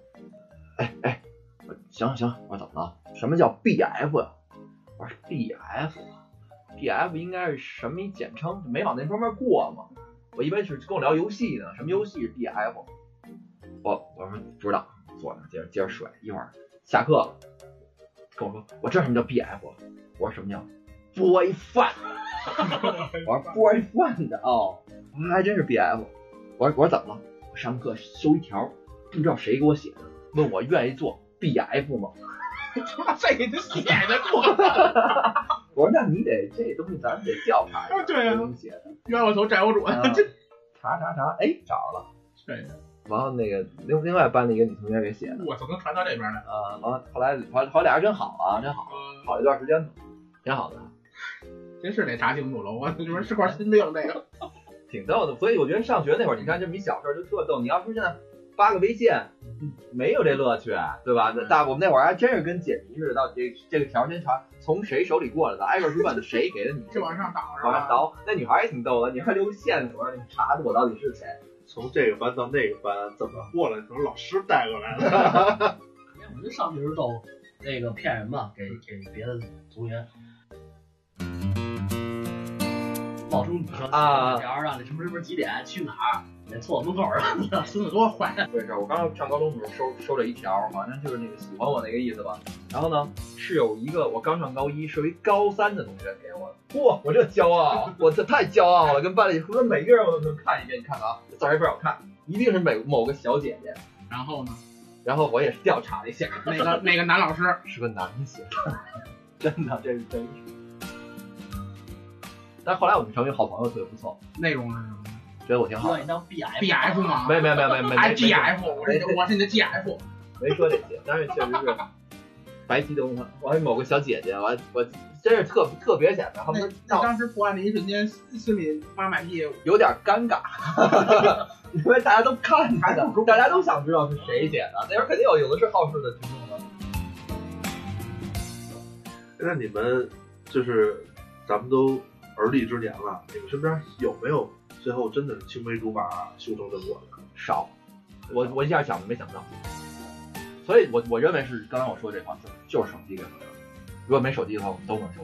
Speaker 1: 哎哎，我行行，我说怎么了？什么叫 BF 呀、我说 BF。BF 应该是什么一简称？没往那方面过嘛。我一般是跟我聊游戏呢，什么游戏是 BF？我我说不知道，坐那儿接着接着睡，一会儿下课了，跟我说我知道什么叫 BF，我说什么叫 boy fun，我说 boy fun 的哦，我说还真是 BF，我说我说怎么了？我上课收一条，不知道谁给我写的，问我愿意做 BF 吗？
Speaker 3: 他妈这个就写的住，
Speaker 1: 我说那你得这东西咱们得调查一下，
Speaker 3: 对啊
Speaker 1: 这东西 写的。
Speaker 3: 冤我头债我主，
Speaker 1: 啊查查查，哎，找着了。
Speaker 3: 对。
Speaker 1: 然后那个另另外班的一个女同学给写的，
Speaker 3: 我怎么能传到这边来？
Speaker 1: 啊，完了后来后来后来俩人真好啊，真好，好一段时间呢，挺好的，
Speaker 3: 真是得查清楚了，我你说是块心病这个。
Speaker 1: 挺逗的。所以我觉得上学那会儿，你看这么一小事儿就特逗。你要说现在发个微信，没有这乐趣，对吧？那大我们那会儿还真是跟解谜似的，到底这这个条先查从谁手里过来的，挨个去问谁给的你，
Speaker 3: 是往上倒是
Speaker 1: 往上
Speaker 3: 吧？
Speaker 1: 倒。那女孩也挺逗的，你还留个线索，让你查我到底是谁。
Speaker 6: 从这个班到那个班，怎么过来？从老师带过来 的。
Speaker 7: 哎，我就上学时候逗那个骗人嘛，给给别的同学冒充女生
Speaker 1: 啊
Speaker 7: 条儿让你什么什么几点去哪儿，你在厕所门口儿。
Speaker 3: 孙子多坏，
Speaker 1: 回事儿，我刚上高中的时候收收着一条，好像就是那个喜欢我那个意思吧。然后呢，是有一个我刚上高一，是有一高三的同学给我的。嚯、我这骄傲，我这太骄傲了，跟班里除了每个人我都能看一遍。你看看啊，这字儿也不好看，一定是每某个小姐姐。
Speaker 3: 然后呢，
Speaker 1: 然后我也是调查了一下，
Speaker 3: 那个那个男老师，
Speaker 1: 是个男的写的，真的，这是真是。但后来我们成为好朋友，特别不错，
Speaker 3: 内容是什么
Speaker 1: 觉得我挺好
Speaker 7: 让
Speaker 1: 的。
Speaker 7: 你当 B F
Speaker 3: ？B F 吗？
Speaker 1: 没有没有没有没有没有没
Speaker 3: 还
Speaker 1: 有
Speaker 3: G F，我
Speaker 1: 没
Speaker 3: 是我是你的 G F，
Speaker 1: 没说这些，但是确实是白激动了。我还某个小姐姐，我还我真是特特别显摆，他们
Speaker 3: 那
Speaker 1: 都
Speaker 3: 那
Speaker 1: 让 我
Speaker 3: 当时破案的一瞬间，心心里妈卖批，
Speaker 1: 有点尴尬，因为大家都看他的，大家都想知道是谁写的。那时候肯定有有的是好事的听众了。
Speaker 6: 那你们就是咱们都而立之年了，你们身边有没有最后真的是青梅竹马修成正果的？
Speaker 1: 少，我我一下想都没想到，所以我我认为是刚才我说的这话，就是就是手机给我的。如果没手机的话，我们都能受。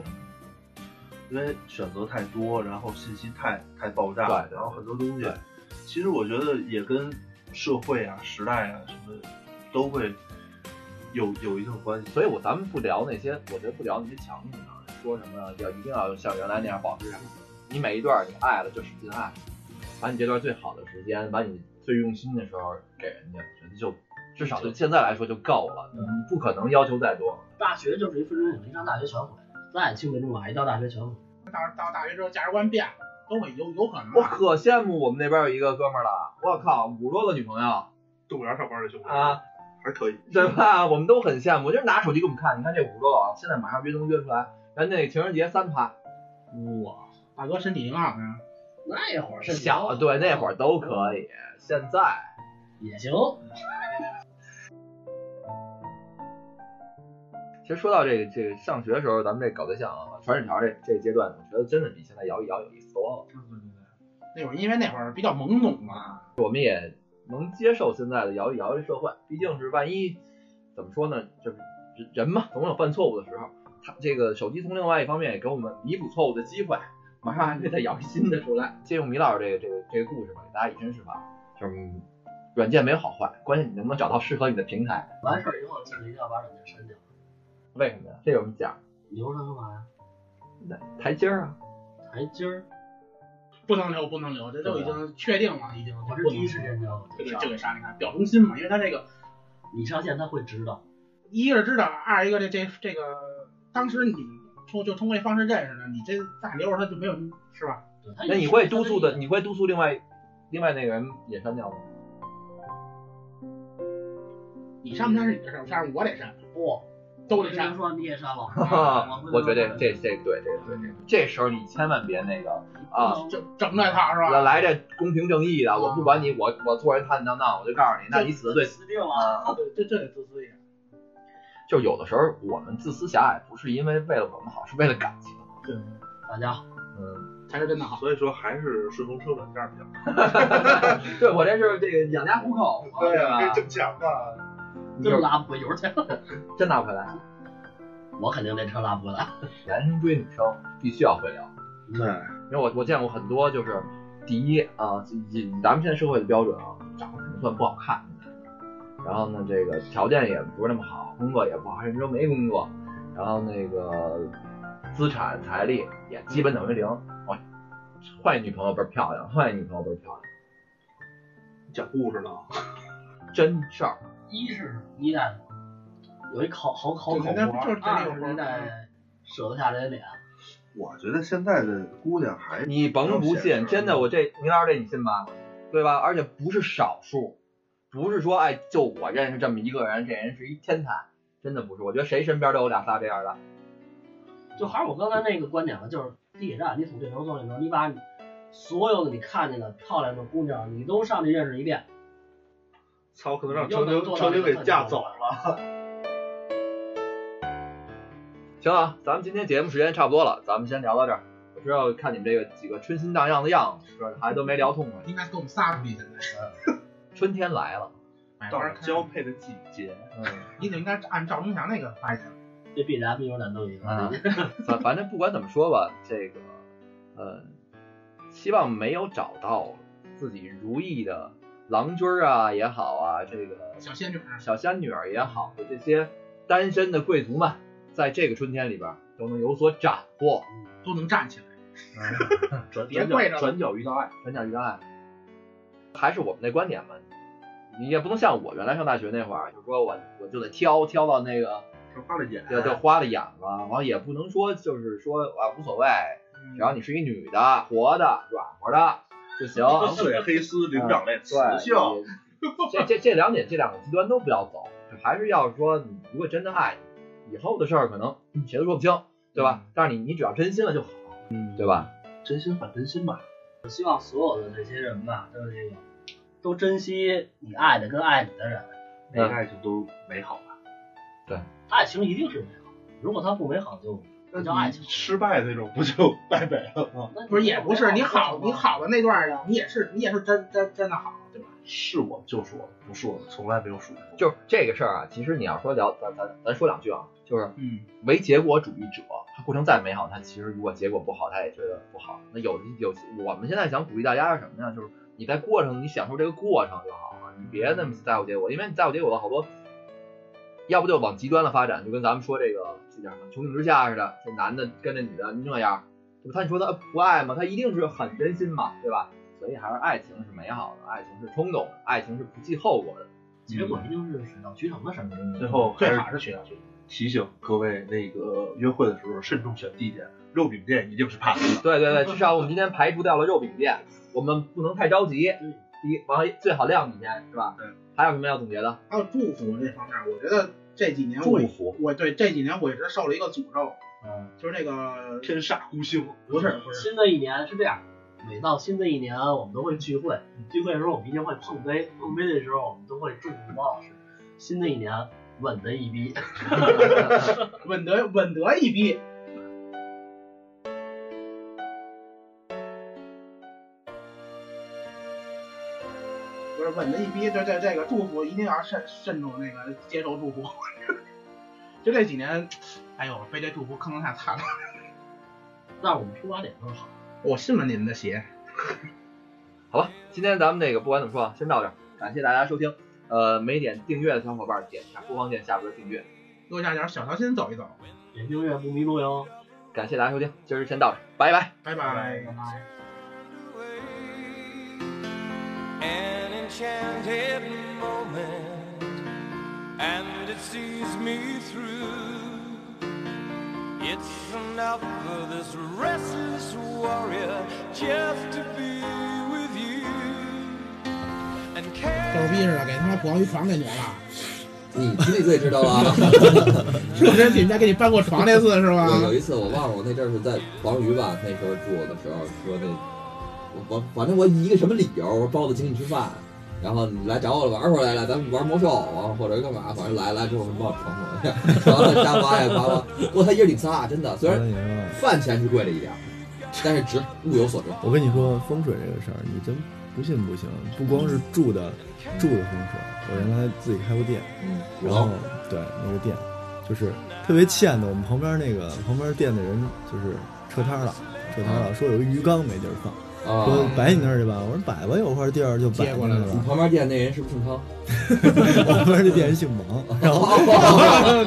Speaker 6: 因为选择太多，然后信息太太爆炸，
Speaker 1: 对对
Speaker 6: 然后很多东西
Speaker 1: 对，
Speaker 6: 其实我觉得也跟社会啊、时代啊什么都会有有一定关系。
Speaker 1: 所以我咱们不聊那些，我觉得不聊那些强硬的，啊说什么要一定要像原来那样保持什么，你每一段你爱了就使劲爱，把你这段最好的时间，把你最用心的时候给人家，人家就至少就现在来说就够了，你你不可能要求再多。
Speaker 7: 大学就是一分钟没上大学全毁，咱也青梅竹马一到大学全毁。
Speaker 3: 到到大学之后价值观变了，都会有有可能
Speaker 1: 我可羡慕我们那边有一个哥们儿了，我靠，五十多个女朋友
Speaker 6: 动物园上班的兄弟
Speaker 1: 啊，
Speaker 6: 还可以，
Speaker 1: 对吧？ 我们都很羡慕，就是拿手机给我们看，你看这五十多个啊，现在马上约能约出来，咱那情人节三趴，
Speaker 3: 哇，大哥身体挺好呢，
Speaker 7: 那会儿是
Speaker 1: 小对那会儿都可以，现在。
Speaker 7: 也行，
Speaker 1: 其实说到这个这个上学的时候，咱们这搞对象啊，传纸条这这个阶段，我觉得真的比现在摇一摇有意思多了。
Speaker 3: 那会儿因为那会儿比较懵懂嘛，
Speaker 1: 能接受现在的摇一摇这社会，毕竟是万一怎么说呢，就是人人嘛，总有犯错误的时候。他这个手机从另外一方面也给我们弥补错误的机会，马上还得再摇一新的出来。借用米老师这个这个这个故事吧，给大家以身试法，就是嗯软件没有好坏，关键你能不能找到适合你的平台。
Speaker 7: 完事儿以后记得一定要把软件删掉，
Speaker 1: 为什么呀？这有什么讲？
Speaker 7: 留着干嘛呀？
Speaker 1: 台阶儿啊。
Speaker 7: 台阶儿，
Speaker 3: 不能留不能留，这都已经确定了，已经就
Speaker 7: 我
Speaker 3: 是不能
Speaker 7: 第一
Speaker 3: 留
Speaker 7: 时间就要
Speaker 3: 就给就给删了，表忠心嘛，因为他这个
Speaker 7: 你上线他会知道，
Speaker 3: 一个是知道，二一个这这这个当时你通就通过这方式认识的，你这再留着他就没有是吧？
Speaker 7: 对他
Speaker 1: 那你会督促的，你会督促另外另外那个人也删掉吗？，
Speaker 3: 你上不上是你的事儿，上我得上，
Speaker 7: 不
Speaker 3: 都得
Speaker 7: 跟他
Speaker 3: 上。
Speaker 7: 说你也删了
Speaker 1: 哈
Speaker 7: 我，不能
Speaker 1: 我 觉得
Speaker 7: 说
Speaker 1: 这这对这对
Speaker 3: 嗯
Speaker 1: 这，这时候你千万别那个啊，
Speaker 3: 整整那套是
Speaker 1: 来
Speaker 3: 吧？
Speaker 1: 来这公平正义的，我不管你，我我做人坦坦荡荡，我就告诉你，那你死的对。
Speaker 7: 死定了。
Speaker 3: 啊对，这这得自私一点。
Speaker 1: 就有的时候我们自私狭隘，不是因为为了我们好，是为了感 情。
Speaker 3: 对，
Speaker 7: 大家好，
Speaker 1: 嗯，
Speaker 3: 才是真的好。
Speaker 6: 所以说还是顺风车软件比较好。
Speaker 1: 对我这是这个养家糊口，
Speaker 6: 啊，
Speaker 1: 吧？
Speaker 6: 挣钱嘛。
Speaker 1: 你
Speaker 7: 真
Speaker 1: 就
Speaker 7: 拉不回油去，
Speaker 1: 真拿不回来。
Speaker 7: 我肯定这车拉不回来。
Speaker 1: 男生追女生必须要会聊。
Speaker 6: 对，
Speaker 1: 因为我我见过很多，就是第一啊，以以咱们现在社会的标准啊，长得不算不好看，然后呢，这个条件也不是那么好，工作也不好，甚至都没工作，然后那个资产财力也基本等于零，哇，换一女朋友倍儿漂亮，换一女朋友倍儿漂亮，
Speaker 6: 讲故事呢，
Speaker 1: 真事儿。
Speaker 7: 一是一代有一好好好口
Speaker 3: 对
Speaker 7: 活
Speaker 3: 那就是，
Speaker 7: 二
Speaker 3: 这个嗯
Speaker 7: 是一代舍得下这脸，
Speaker 6: 我觉得现在的姑娘还
Speaker 1: 你甭不信，真的，我这明老师这你信吧？对吧？而且不是少数，不是说哎，就我认识这么一个人，这人是一天才，真的不是。我觉得谁身边都有俩仨这样的。
Speaker 7: 就还是我刚才那个观点吧，就是地铁站，你从这头坐那头，你把你所有的你看见的漂亮的姑娘，你都上去认识一遍。
Speaker 6: 操，可能
Speaker 7: 让
Speaker 6: 让
Speaker 7: 程
Speaker 6: 程
Speaker 7: 婷
Speaker 6: 婷
Speaker 7: 程
Speaker 6: 程
Speaker 7: 婷
Speaker 6: 婷
Speaker 7: 给
Speaker 6: 给
Speaker 7: 架
Speaker 6: 架
Speaker 7: 走
Speaker 6: 走了。
Speaker 1: 行啊，咱们今天节目时间差不多了，咱们先聊到这儿。我知道看你们这个几个春心荡漾的样子，是还都没聊痛快。
Speaker 3: 应该跟我们仨比现在。
Speaker 1: 春天来了，
Speaker 3: 买
Speaker 6: 到
Speaker 3: 花
Speaker 6: 了
Speaker 3: 儿看
Speaker 6: 交，配的季节，
Speaker 1: 嗯，
Speaker 3: 你得应该按赵忠祥那个发言。
Speaker 7: 这必然比我难都一
Speaker 1: 啊
Speaker 7: 个。
Speaker 1: 反反正不管怎么说吧，这个，呃，希望没有找到自己如意的郎君儿啊也好啊，这个
Speaker 3: 小仙女儿，
Speaker 1: 小仙女儿也好，这些单身的贵族们，在这个春天里边儿都能有所斩获，
Speaker 3: 都能站起来。
Speaker 6: 转
Speaker 3: 别
Speaker 6: 转
Speaker 3: 跪着了
Speaker 6: 角转角遇到爱，
Speaker 1: 转角遇到爱。还是我们那观点嘛，你也不能像我原来上大学那会儿，就说我我就得挑挑到那个
Speaker 6: 是花了眼，
Speaker 1: 就就花了眼了，然后也不能说就是说啊无所谓，
Speaker 6: 嗯
Speaker 1: 只要你是一女的、活的、软和的就行。
Speaker 6: 水黑丝灵长类雌性，
Speaker 1: 哦嗯对，这这这两点，这两个极端都不要走，还是要说，你如果真的爱，以后的事儿可能谁都说不清，对吧？但是你你只要真心了就好，
Speaker 6: 嗯
Speaker 1: 对？吧？
Speaker 6: 真心换真心吧。
Speaker 7: 我希望所有的这些人吧，都是这个，都珍惜你爱的跟爱你的人。
Speaker 6: 每
Speaker 1: 嗯
Speaker 6: 个爱情都美好吧。
Speaker 7: 爱情一定是美好，如果它不美好就不叫爱情。
Speaker 6: 失败那种不就败北了吗？
Speaker 7: 那你
Speaker 3: 不是，也不是，你好，
Speaker 7: 就
Speaker 3: 你好的那段儿啊，你也是，你也是真真真的好，对吧？
Speaker 6: 是我就是我，不是我从来没有属于我。
Speaker 1: 就是这个事儿啊，其实你要说聊，咱咱咱说两句啊，就是
Speaker 3: 嗯，
Speaker 1: 唯结果主义者，他过程再美好，他其实如果结果不好，他也觉得不好。那有有，我们现在想鼓励大家是什么呀？就是你在过程，你享受这个过程就好了，你别那么在乎结果，因为你在乎结果的好多，要不就往极端了发展，就跟咱们说这个这叫什么“穹顶之下”似的，这男的跟着女的那样，对吧？他你说他不爱吗？他一定是很真心嘛，对吧？所以还是爱情是美好的，爱情是冲动的，爱情是不计后果的。
Speaker 7: 结果一定是水到渠成的事儿。
Speaker 6: 最后还
Speaker 3: 最
Speaker 6: 是
Speaker 3: 好是学校去。
Speaker 6: 提醒各位，那个约会的时候慎重选地点，肉饼店一定是 pass 的。
Speaker 1: 对对对，至少我们今天排除掉了肉饼店，我们不能太着急。
Speaker 7: 嗯
Speaker 1: 第一，完了最好晾几天，是吧？
Speaker 6: 对。
Speaker 1: 还有什么要总结的？
Speaker 3: 还有祝福这方面，我觉得这几年我
Speaker 1: 祝福。
Speaker 3: 我对这几年我一直受了一个诅咒，
Speaker 7: 嗯，
Speaker 3: 就是那个
Speaker 6: 天煞孤星，
Speaker 3: 不是不是，
Speaker 7: 新的一年是这样，每到新的一年，我们都会聚会，聚会的时候我们一定会碰杯，碰杯的时候我们都会祝福王老师，新的一年稳的一逼。
Speaker 3: 稳得稳得一逼。不是稳得一逼，就这这个祝福一定要慎慎重那个接受祝福。就这几年，哎呦，被这祝福坑得太惨了。
Speaker 7: 但是我们出发点更好。
Speaker 3: 我信了你们的邪。
Speaker 1: 好吧，今天咱们这个不管怎么说，啊，先到这儿，感谢大家收听。呃，没点订阅的小伙伴点一下，播放键下边的订阅。
Speaker 3: 右下角小条心走一走，
Speaker 7: 点订阅不迷路哟。
Speaker 1: 感谢大家收听，今儿先到这儿，拜拜。
Speaker 3: 拜拜。
Speaker 9: An enchanted moment, and it sees me through. It's enough for this restless warrior just to be with you. And
Speaker 3: 逗
Speaker 9: care
Speaker 3: 逼似的，给他妈保安床给挪了。
Speaker 10: 你心里最知道啊！
Speaker 3: 是不是你们家给你搬过床那次是吧？
Speaker 10: 我有一次我忘了，我那阵儿是在黄鱼吧，那时候住的时候说那，我我反正我以一个什么理由，我说包子请你吃饭，然后你来找我了，玩会儿来了，咱们玩魔兽，然后或者干嘛，反正来来之后我就往床上， 然后在沙发呀爬爬，不过他一人顶仨，真的，虽
Speaker 11: 我
Speaker 10: 然
Speaker 11: 跟你说，
Speaker 10: 饭钱是贵了一点儿，但是值，物有所值。
Speaker 11: 我跟你说风水这个事儿，你真不信不行。不光是住的住的风水，我原来自己开过店，
Speaker 10: 嗯，
Speaker 11: 然后对那个店就是特别欠的，我们旁边那个旁边店的人就是撤摊儿了，撤摊儿了，说有一鱼缸没地儿放，
Speaker 10: 啊，
Speaker 11: 说摆你那儿去吧。我说摆吧，有块地儿就摆
Speaker 3: 接
Speaker 11: 过
Speaker 3: 过
Speaker 11: 来
Speaker 3: 来
Speaker 11: 了
Speaker 3: 了。
Speaker 10: 你旁边店那人是不是姓康？
Speaker 11: 我旁边那店人姓王，然后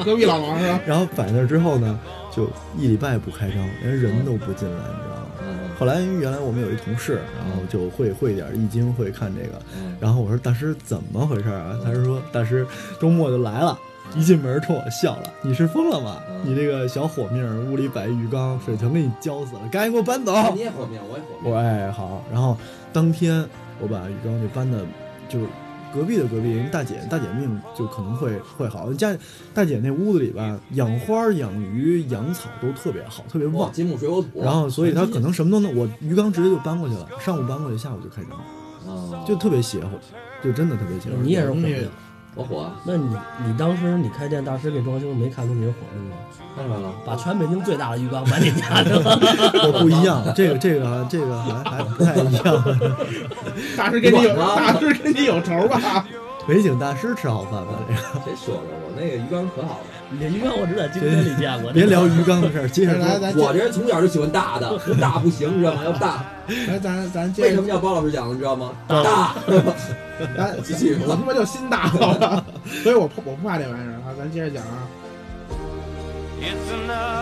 Speaker 3: 隔壁老王是吧？
Speaker 11: 然后摆那儿之后呢，就一礼拜不开张，连人都不进来，你知道吗？
Speaker 10: 嗯
Speaker 11: 后来因为原来我们有一同事，然后就会会点易经，会看这个。
Speaker 10: 嗯，
Speaker 11: 然后我说大师怎么回事啊？他是说大师周末就来了，一进门冲我笑了，你是疯了吗？
Speaker 10: 嗯
Speaker 11: 你这个小火命儿，屋里摆鱼缸，水全给你浇死了，赶紧给我搬走！
Speaker 10: 你也火面，我也火面。
Speaker 11: 我说哎好，然后当天我把鱼缸就搬的，就是隔壁的隔壁人大姐，大姐命就可能会会好。家大姐那屋子里吧，养花、养鱼、养草都特别好，特别
Speaker 10: 哇，
Speaker 12: 哦
Speaker 11: 旺。
Speaker 10: 金木水火土，
Speaker 12: 啊
Speaker 11: 然后，所以她可能什么都能，我鱼缸直接就搬过去了，上乎搬过去，下午就开张，
Speaker 10: 嗯
Speaker 11: 就特别邪乎，就真的特别邪乎。
Speaker 12: 哦哎你也是
Speaker 11: 这
Speaker 12: 火
Speaker 11: 东西
Speaker 12: 命，
Speaker 10: 我火啊，
Speaker 12: 那你你当时你开店，大师给装修没看出你是火命吗？
Speaker 10: 当然了。
Speaker 12: 把全北京最大的鱼缸搬你家去了，
Speaker 11: 我不一样，这个这个啊这个还还不太 一样。
Speaker 3: 大师跟你有
Speaker 10: 你管吗
Speaker 3: 大师跟你有仇吧？
Speaker 11: 没请大师吃好饭吧，这个
Speaker 10: 谁说的？我那个鱼缸可好了，
Speaker 12: 你这鱼缸我只在京东里见过。
Speaker 11: 别聊鱼缸的事儿，接着
Speaker 3: 来
Speaker 11: 说。
Speaker 3: 来
Speaker 10: 我这人从小就喜欢大的，大不行，知道吗？要大，
Speaker 3: 来，哎咱咱
Speaker 10: 为
Speaker 3: 接
Speaker 10: 什
Speaker 3: 着
Speaker 10: 么，叫包老师讲的，你知道吗？大，
Speaker 3: 咱
Speaker 10: 继续吧
Speaker 3: 我他妈就心大了，所以我怕我不怕这玩意儿啊。咱接着讲啊。
Speaker 9: It's enough.